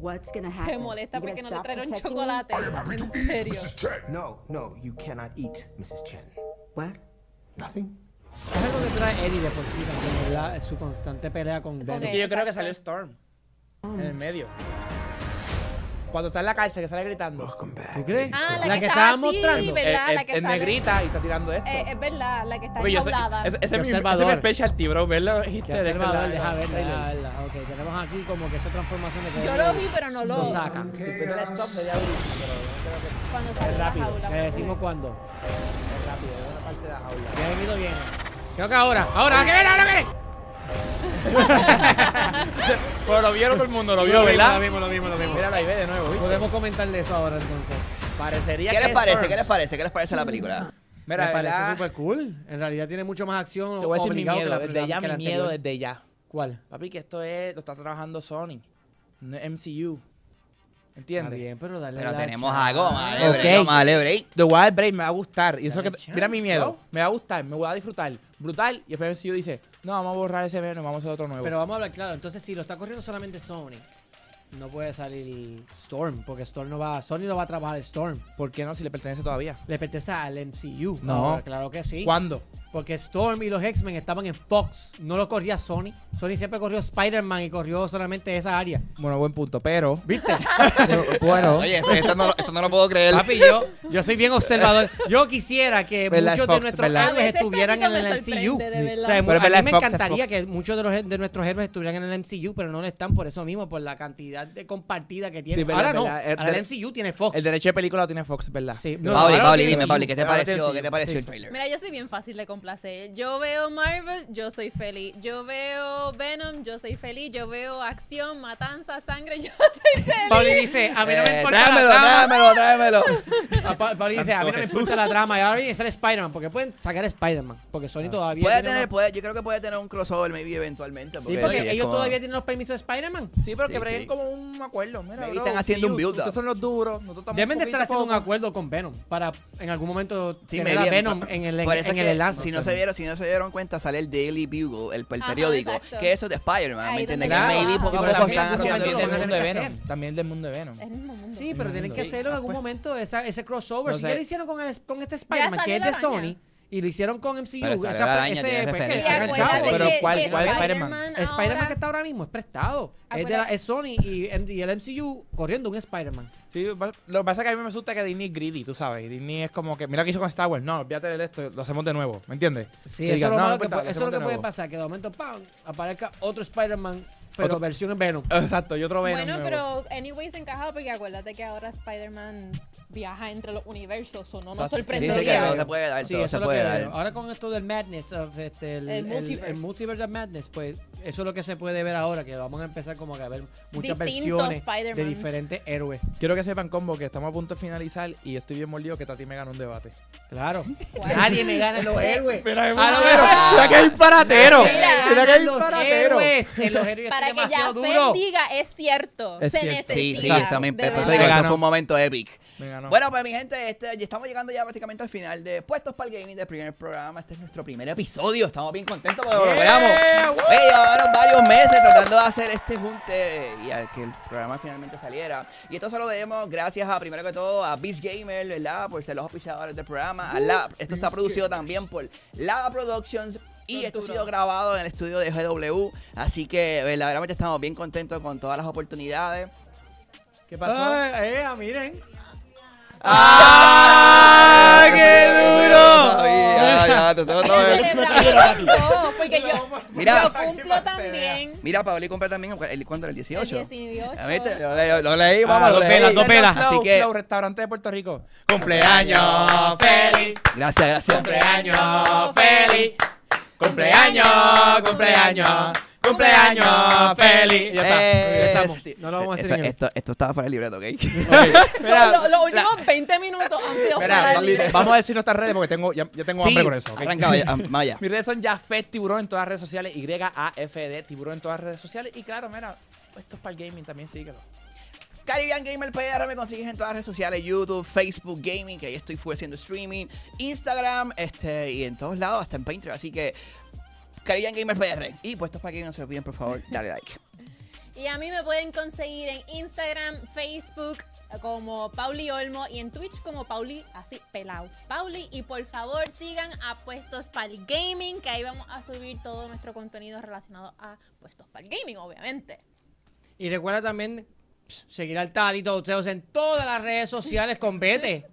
Speaker 10: What's gonna happen?
Speaker 2: Se molesta
Speaker 10: You gonna
Speaker 2: porque no le
Speaker 10: stop
Speaker 2: trajeron
Speaker 10: protecting me?
Speaker 2: chocolate. En serio.
Speaker 12: No, no, you cannot eat, Mrs. Chen.
Speaker 10: What?
Speaker 12: Nothing.
Speaker 5: Es algo que trae Eddie de por sí, también, ¿verdad? Su constante pelea con
Speaker 2: Con
Speaker 5: Venom.
Speaker 2: él.
Speaker 4: Que yo creo
Speaker 2: Exacto.
Speaker 4: que salió Storm. En
Speaker 5: Mm.
Speaker 4: el medio. Cuando está en la cárcel, que sale gritando. Eh,
Speaker 11: Welcome back.
Speaker 5: ¿Tú crees?
Speaker 2: Ah, la,
Speaker 5: La
Speaker 2: que,
Speaker 5: que
Speaker 2: está
Speaker 5: estaba
Speaker 2: así,
Speaker 5: mostrando.
Speaker 2: ¿verdad? la que
Speaker 4: es
Speaker 2: sale-
Speaker 4: negrita y está tirando esto.
Speaker 2: Eh, es verdad, la que está
Speaker 4: Oye, yo soy-
Speaker 2: enjaulada.
Speaker 4: ese, ese es mi, ese es mi
Speaker 5: observador.
Speaker 4: specialty, bro. Verlo.
Speaker 5: Que
Speaker 4: híster,
Speaker 5: observador,
Speaker 4: verlo-
Speaker 5: deja verla,
Speaker 4: verlo.
Speaker 5: deja verla. Ok, tenemos aquí como que esa transformación de que
Speaker 2: Yo lo vi, pero no lo.
Speaker 5: lo sacan.
Speaker 4: Si tú le stop, le di a abrir, pero no creo que
Speaker 2: Cuando salió de la
Speaker 5: Rápido.
Speaker 2: jaula.
Speaker 5: Que decimos cuándo.
Speaker 4: es rápido. Es una parte de la jaula.
Speaker 5: Ya he visto bien. Creo que ahora. Ahora, que viene, ahora que viene.
Speaker 4: Pero lo vieron todo el mundo, lo vio, ¿verdad?
Speaker 7: Lo vimos, lo vimos, lo vimos.
Speaker 4: Míralo ahí, ve de nuevo, ¿viste?
Speaker 5: Podemos comentarle eso ahora entonces.
Speaker 4: Parecería
Speaker 1: ¿Qué
Speaker 4: que
Speaker 1: les
Speaker 4: es
Speaker 1: parece?
Speaker 4: Storm.
Speaker 1: ¿Qué les parece? ¿Qué les parece la
Speaker 5: Mm.
Speaker 1: película?
Speaker 4: Mira,
Speaker 5: Me parece
Speaker 4: ¿verdad?
Speaker 5: súper cool. En realidad tiene mucho más acción.
Speaker 4: Te voy a decir mi
Speaker 5: obligado que
Speaker 4: miedo,
Speaker 5: la-
Speaker 4: desde
Speaker 5: la-
Speaker 4: ya,
Speaker 5: que la
Speaker 4: mi miedo
Speaker 5: anterior.
Speaker 4: desde ya.
Speaker 5: ¿Cuál?
Speaker 4: Papi, que esto es, lo está trabajando Sony, no es MCU.
Speaker 5: Está
Speaker 4: ¿Entiendes?
Speaker 5: bien, pero dale
Speaker 1: Pero
Speaker 5: la
Speaker 1: tenemos
Speaker 5: chance.
Speaker 1: algo, madre
Speaker 4: Ok.
Speaker 1: break, madre break.
Speaker 4: The Wild Brave me va a gustar. Y eso
Speaker 5: Dale
Speaker 4: que,
Speaker 5: chance,
Speaker 4: mira mi miedo,
Speaker 5: bro.
Speaker 4: me va a gustar, me voy a disfrutar. Brutal. Y después MCU dice, no, vamos a borrar ese Venom, vamos a hacer otro nuevo.
Speaker 5: Pero vamos a hablar claro. Entonces, si lo está corriendo solamente Sony, no puede salir Storm, porque Storm no va, Sony no va a trabajar Storm.
Speaker 4: ¿Por qué no? Si le pertenece todavía.
Speaker 5: Le pertenece al MCU.
Speaker 4: No.
Speaker 5: Ahora, claro que sí.
Speaker 4: ¿Cuándo?
Speaker 5: Porque Storm y los X-Men estaban en Fox. No lo corría Sony. Sony siempre corrió Spider-Man y corrió solamente esa área.
Speaker 4: Bueno, buen punto, pero... ¿Viste? bueno...
Speaker 1: Oye, esto no, lo- esto no lo puedo creer.
Speaker 5: Papi, yo, yo soy bien observador. Yo quisiera que
Speaker 4: ¿Verdad,
Speaker 5: muchos
Speaker 4: Fox?
Speaker 5: de nuestros
Speaker 4: ¿Verdad?
Speaker 2: A
Speaker 5: héroes
Speaker 2: veces
Speaker 5: estuvieran
Speaker 2: Tóxico
Speaker 5: en
Speaker 2: me
Speaker 5: el
Speaker 2: sorprende,
Speaker 5: MCU.
Speaker 2: de verdad.
Speaker 5: O sea,
Speaker 4: Pero es
Speaker 5: a
Speaker 4: verdad,
Speaker 5: mí me
Speaker 4: es Fox, es
Speaker 5: encantaría
Speaker 4: Fox.
Speaker 5: que muchos de, los, de nuestros héroes estuvieran en el MCU, pero no lo están por eso mismo, por la cantidad de compartida que tienen.
Speaker 4: Sí, verdad,
Speaker 5: ahora no,
Speaker 4: verdad. El
Speaker 5: ahora el
Speaker 4: de-
Speaker 5: MCU tiene Fox.
Speaker 4: El derecho de película lo tiene Fox, ¿verdad?
Speaker 5: Sí, no,
Speaker 1: Pauli,
Speaker 5: ahora lo
Speaker 1: Pauli,
Speaker 5: tiene
Speaker 1: dime,
Speaker 5: MCU.
Speaker 1: Pauli, ¿qué te
Speaker 5: Ahora lo tiene
Speaker 1: pareció?
Speaker 5: MCU.
Speaker 1: ¿Qué te pareció
Speaker 5: Sí.
Speaker 1: el trailer?
Speaker 2: Mira, yo soy bien fácil de complacer. Yo veo Marvel, yo soy feliz. Yo veo Venom, yo soy feliz. Yo veo acción, matanza, sangre, yo soy feliz.
Speaker 5: Pauli dice, a mí no me
Speaker 1: Eh,
Speaker 5: importa
Speaker 1: tráemelo,
Speaker 5: la trama.
Speaker 1: tráemelo, tráemelo.
Speaker 5: A Pa- Pauli dice, a mí no me importa la trama. Y ahora viene a ser Spider-Man, porque pueden sacar a Spider-Man, porque Sony todavía
Speaker 1: Ah. Puede
Speaker 5: tiene
Speaker 1: tener,
Speaker 5: una-
Speaker 1: puede, yo creo que puede tener un crossover maybe eventualmente.
Speaker 5: Sí,
Speaker 1: es
Speaker 5: porque ellos
Speaker 1: como-
Speaker 5: todavía tienen los permisos de Spider-Man.
Speaker 4: Sí, pero que
Speaker 1: Sí,
Speaker 4: breguen
Speaker 1: sí.
Speaker 4: como un acuerdo. Mira,
Speaker 1: Maybe
Speaker 4: bro,
Speaker 1: están haciendo
Speaker 4: sí,
Speaker 1: un build-up.
Speaker 4: Ustedes son los duros. Nosotros estamos
Speaker 5: Deben de
Speaker 4: poquito
Speaker 5: estar
Speaker 4: a
Speaker 5: haciendo un
Speaker 4: poco.
Speaker 5: acuerdo con Venom para en algún momento
Speaker 1: Sí,
Speaker 5: tener
Speaker 1: maybe,
Speaker 5: a Venom
Speaker 1: pa-
Speaker 5: en el, en,
Speaker 1: Por eso
Speaker 5: en
Speaker 1: es
Speaker 5: el
Speaker 1: que
Speaker 5: enlace.
Speaker 1: Si no, se vieron, si no se dieron cuenta, sale el Daily Bugle, el, el
Speaker 2: Ajá,
Speaker 1: periódico,
Speaker 2: exacto.
Speaker 1: que eso es de Spider-Man,
Speaker 2: Ahí
Speaker 1: ¿me entiendes? Que
Speaker 2: donde trabaja.
Speaker 1: maybe poco
Speaker 5: Sí,
Speaker 1: a
Speaker 5: pero
Speaker 1: poco
Speaker 5: también
Speaker 1: están
Speaker 5: es
Speaker 1: haciendo...
Speaker 5: importante lo
Speaker 4: También del
Speaker 1: el-
Speaker 4: mundo
Speaker 5: que
Speaker 4: de
Speaker 5: hacer.
Speaker 4: Venom. También del mundo de Venom.
Speaker 2: Es el mismo mundo.
Speaker 5: Sí, pero tienen que
Speaker 1: Sí,
Speaker 5: hacerlo en
Speaker 1: ah,
Speaker 5: algún
Speaker 1: pues.
Speaker 5: momento, esa- ese crossover.
Speaker 4: No
Speaker 5: si
Speaker 4: sé.
Speaker 5: ya lo hicieron con, el- con este Spider-Man,
Speaker 2: salió
Speaker 5: que es
Speaker 2: la
Speaker 5: de
Speaker 2: araña.
Speaker 5: Sony, y lo hicieron con MCU.
Speaker 1: Pero salió
Speaker 5: esa-
Speaker 1: la araña, tiene
Speaker 5: pues, que
Speaker 1: referencia.
Speaker 2: Y
Speaker 1: saca
Speaker 5: sacan
Speaker 1: el
Speaker 2: acuérdate
Speaker 5: chavo.
Speaker 4: Pero
Speaker 2: que-
Speaker 4: ¿cuál-
Speaker 2: que
Speaker 4: cuál es
Speaker 2: Spider-Man? ahora-
Speaker 5: Spider-man que está ahora mismo es prestado. Es, de la-
Speaker 2: Acuérdate.
Speaker 5: es Sony y, M- y el MCU corriendo un Spider-Man.
Speaker 4: Sí, va- lo que pasa es que a mí me asusta que Disney es greedy, tú sabes. y Disney es como que, mira lo que hizo con Star Wars. No, olvídate de esto, lo hacemos de nuevo. ¿Me entiendes?
Speaker 5: Sí,
Speaker 4: Que
Speaker 5: eso,
Speaker 4: digan,
Speaker 5: es lo,
Speaker 4: "No, no
Speaker 5: malo que,
Speaker 4: importa,
Speaker 5: puede- eso es lo que
Speaker 4: hacemos de
Speaker 5: puede pasar, que de momento ¡pam! aparezca otro Spider-Man, pero
Speaker 4: Otro-
Speaker 5: versión en Venom.
Speaker 4: nuevo". Exacto, yo otro Venom
Speaker 2: Bueno,
Speaker 4: nuevo.
Speaker 2: pero anyways encajado porque acuérdate que ahora Spider-Man viaja entre los universos, o no nos
Speaker 4: Exacto.
Speaker 1: Dice que
Speaker 2: sorprendería.
Speaker 1: no se puede dar
Speaker 5: Sí,
Speaker 1: todo,
Speaker 5: eso
Speaker 1: se
Speaker 5: es lo
Speaker 1: puede
Speaker 5: que-
Speaker 1: dar.
Speaker 5: Ahora con esto del Madness, of, este, el,
Speaker 2: El multiverse.
Speaker 5: multiverse of Madness, pues eso es lo que se puede ver ahora, que vamos a empezar como que a ver muchas
Speaker 2: Distintos
Speaker 5: versiones de
Speaker 2: Spider-Mans.
Speaker 5: diferentes héroes.
Speaker 4: Quiero que sepan, combo, que estamos a punto de finalizar y yo estoy bien molido que Tati me ganó un debate.
Speaker 5: Claro.
Speaker 2: ¿Cuál?
Speaker 5: Nadie me gana en los héroes.
Speaker 4: Mira,
Speaker 5: Ah, no,
Speaker 1: mira, mira
Speaker 4: que disparatero.
Speaker 2: Mira,
Speaker 5: Mira
Speaker 4: Mira
Speaker 5: que
Speaker 4: que
Speaker 5: los
Speaker 4: disparatero.
Speaker 5: héroes. En los héroes
Speaker 2: Para
Speaker 5: estoy
Speaker 2: que ya
Speaker 5: demasiado
Speaker 2: Fer
Speaker 5: duro.
Speaker 2: diga, es cierto,
Speaker 4: Es
Speaker 2: se
Speaker 4: cierto.
Speaker 1: Sí,
Speaker 2: necesita.
Speaker 1: sí, Pues eso me
Speaker 2: Este, de
Speaker 1: por eso
Speaker 2: verdad.
Speaker 1: digo, eso
Speaker 4: Ganó.
Speaker 1: fue un momento épico.
Speaker 4: Me ganó.
Speaker 1: Bueno, pues mi gente, este, ya estamos llegando ya prácticamente al final de Puestos para el Gaming del primer programa. Este es nuestro primer episodio. Estamos bien contentos porque lo logramos. Oye, llevaron varios meses tratando de hacer este junte y a que el programa finalmente saliera. Y esto se lo debemos gracias a, primero que todo, a Beast Gamer, ¿verdad? Por ser los auspiciadores del programa. A Lab. Esto está producido también por Lava Productions. Y esto ha sido grabado en el estudio de GW. Así que verdaderamente estamos bien contentos con todas las oportunidades.
Speaker 5: ¿Qué pasó?
Speaker 7: Ah, eh, ah, miren.
Speaker 1: ¡Ah, qué duro! Ya, ya, te tengo todo el-
Speaker 2: No, porque yo
Speaker 1: Mira.
Speaker 2: lo cumplo también.
Speaker 1: Mira, Paoli compra también el cuándo era el 18.
Speaker 2: El 18.
Speaker 1: Ah, ¿viste? Lo, leí, lo leí, vamos,
Speaker 4: Ah,
Speaker 1: lo
Speaker 4: dos
Speaker 1: leí.
Speaker 4: velas, dos velas.
Speaker 1: Así que
Speaker 4: Flow, restaurante de Puerto Rico. Cumpleaños feliz.
Speaker 1: gracias, gracias.
Speaker 4: Cumpleaños feliz. Cumpleaños, cumpleaños, cumpleaños feliz. Ya está.
Speaker 1: Eh,
Speaker 4: ya estamos.
Speaker 1: sí.
Speaker 5: No lo vamos a
Speaker 1: Eso-
Speaker 5: hacer en el-
Speaker 1: esto, esto estaba fuera del libreto, ¿ok?
Speaker 2: Los, los- los últimos 20 minutos han sido
Speaker 4: Espera,
Speaker 2: para
Speaker 4: va-
Speaker 2: el-
Speaker 4: vamos a decir nuestras redes porque tengo, ya, ya tengo hambre con eso. ok.
Speaker 1: arrancaba ya, Maya.
Speaker 4: Mis redes son Jafet Tiburón en todas las redes sociales, YAFD E Tiburón en todas las redes sociales. Y claro, mira, esto es para el gaming también, síguelo.
Speaker 1: Caribbean Gamer PR me consigues en todas las redes sociales, YouTube, Facebook Gaming, que ahí estoy full haciendo streaming, Instagram, este, y en todos lados, hasta en Patreon, así que Caribbean Gamer PR. Y puestos para que no se olviden, por favor, dale like.
Speaker 2: Y a mí me pueden conseguir en Instagram, Facebook como Pauli Olmo y en Twitch como Pauli, así pelao. Pauli, y por favor sigan a Puestos Pal Gaming, que ahí vamos a subir todo nuestro contenido relacionado a Puestos Pal Gaming, obviamente.
Speaker 5: Y recuerda también pss, seguir al Tadito Boteos en todas las redes sociales con Vete.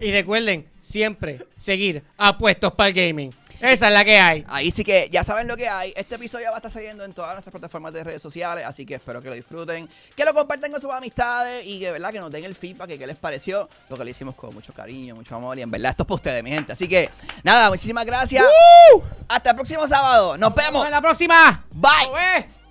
Speaker 5: y recuerden siempre seguir apuestos para el gaming. Esa es la que hay.
Speaker 1: Ahí sí que ya saben lo que hay. Este episodio va a estar saliendo en todas nuestras plataformas de redes sociales, así que espero que lo disfruten, que lo compartan con sus amistades y que, ¿verdad? que nos den el feedback que qué les pareció, lo que le hicimos con mucho cariño, mucho amor y en verdad esto es para ustedes, mi gente. Así que nada, muchísimas gracias. Hasta el próximo sábado. Nos
Speaker 5: Nos
Speaker 1: vemos.
Speaker 5: vemos en la próxima.
Speaker 1: Bye.
Speaker 5: ¡Nos vemos!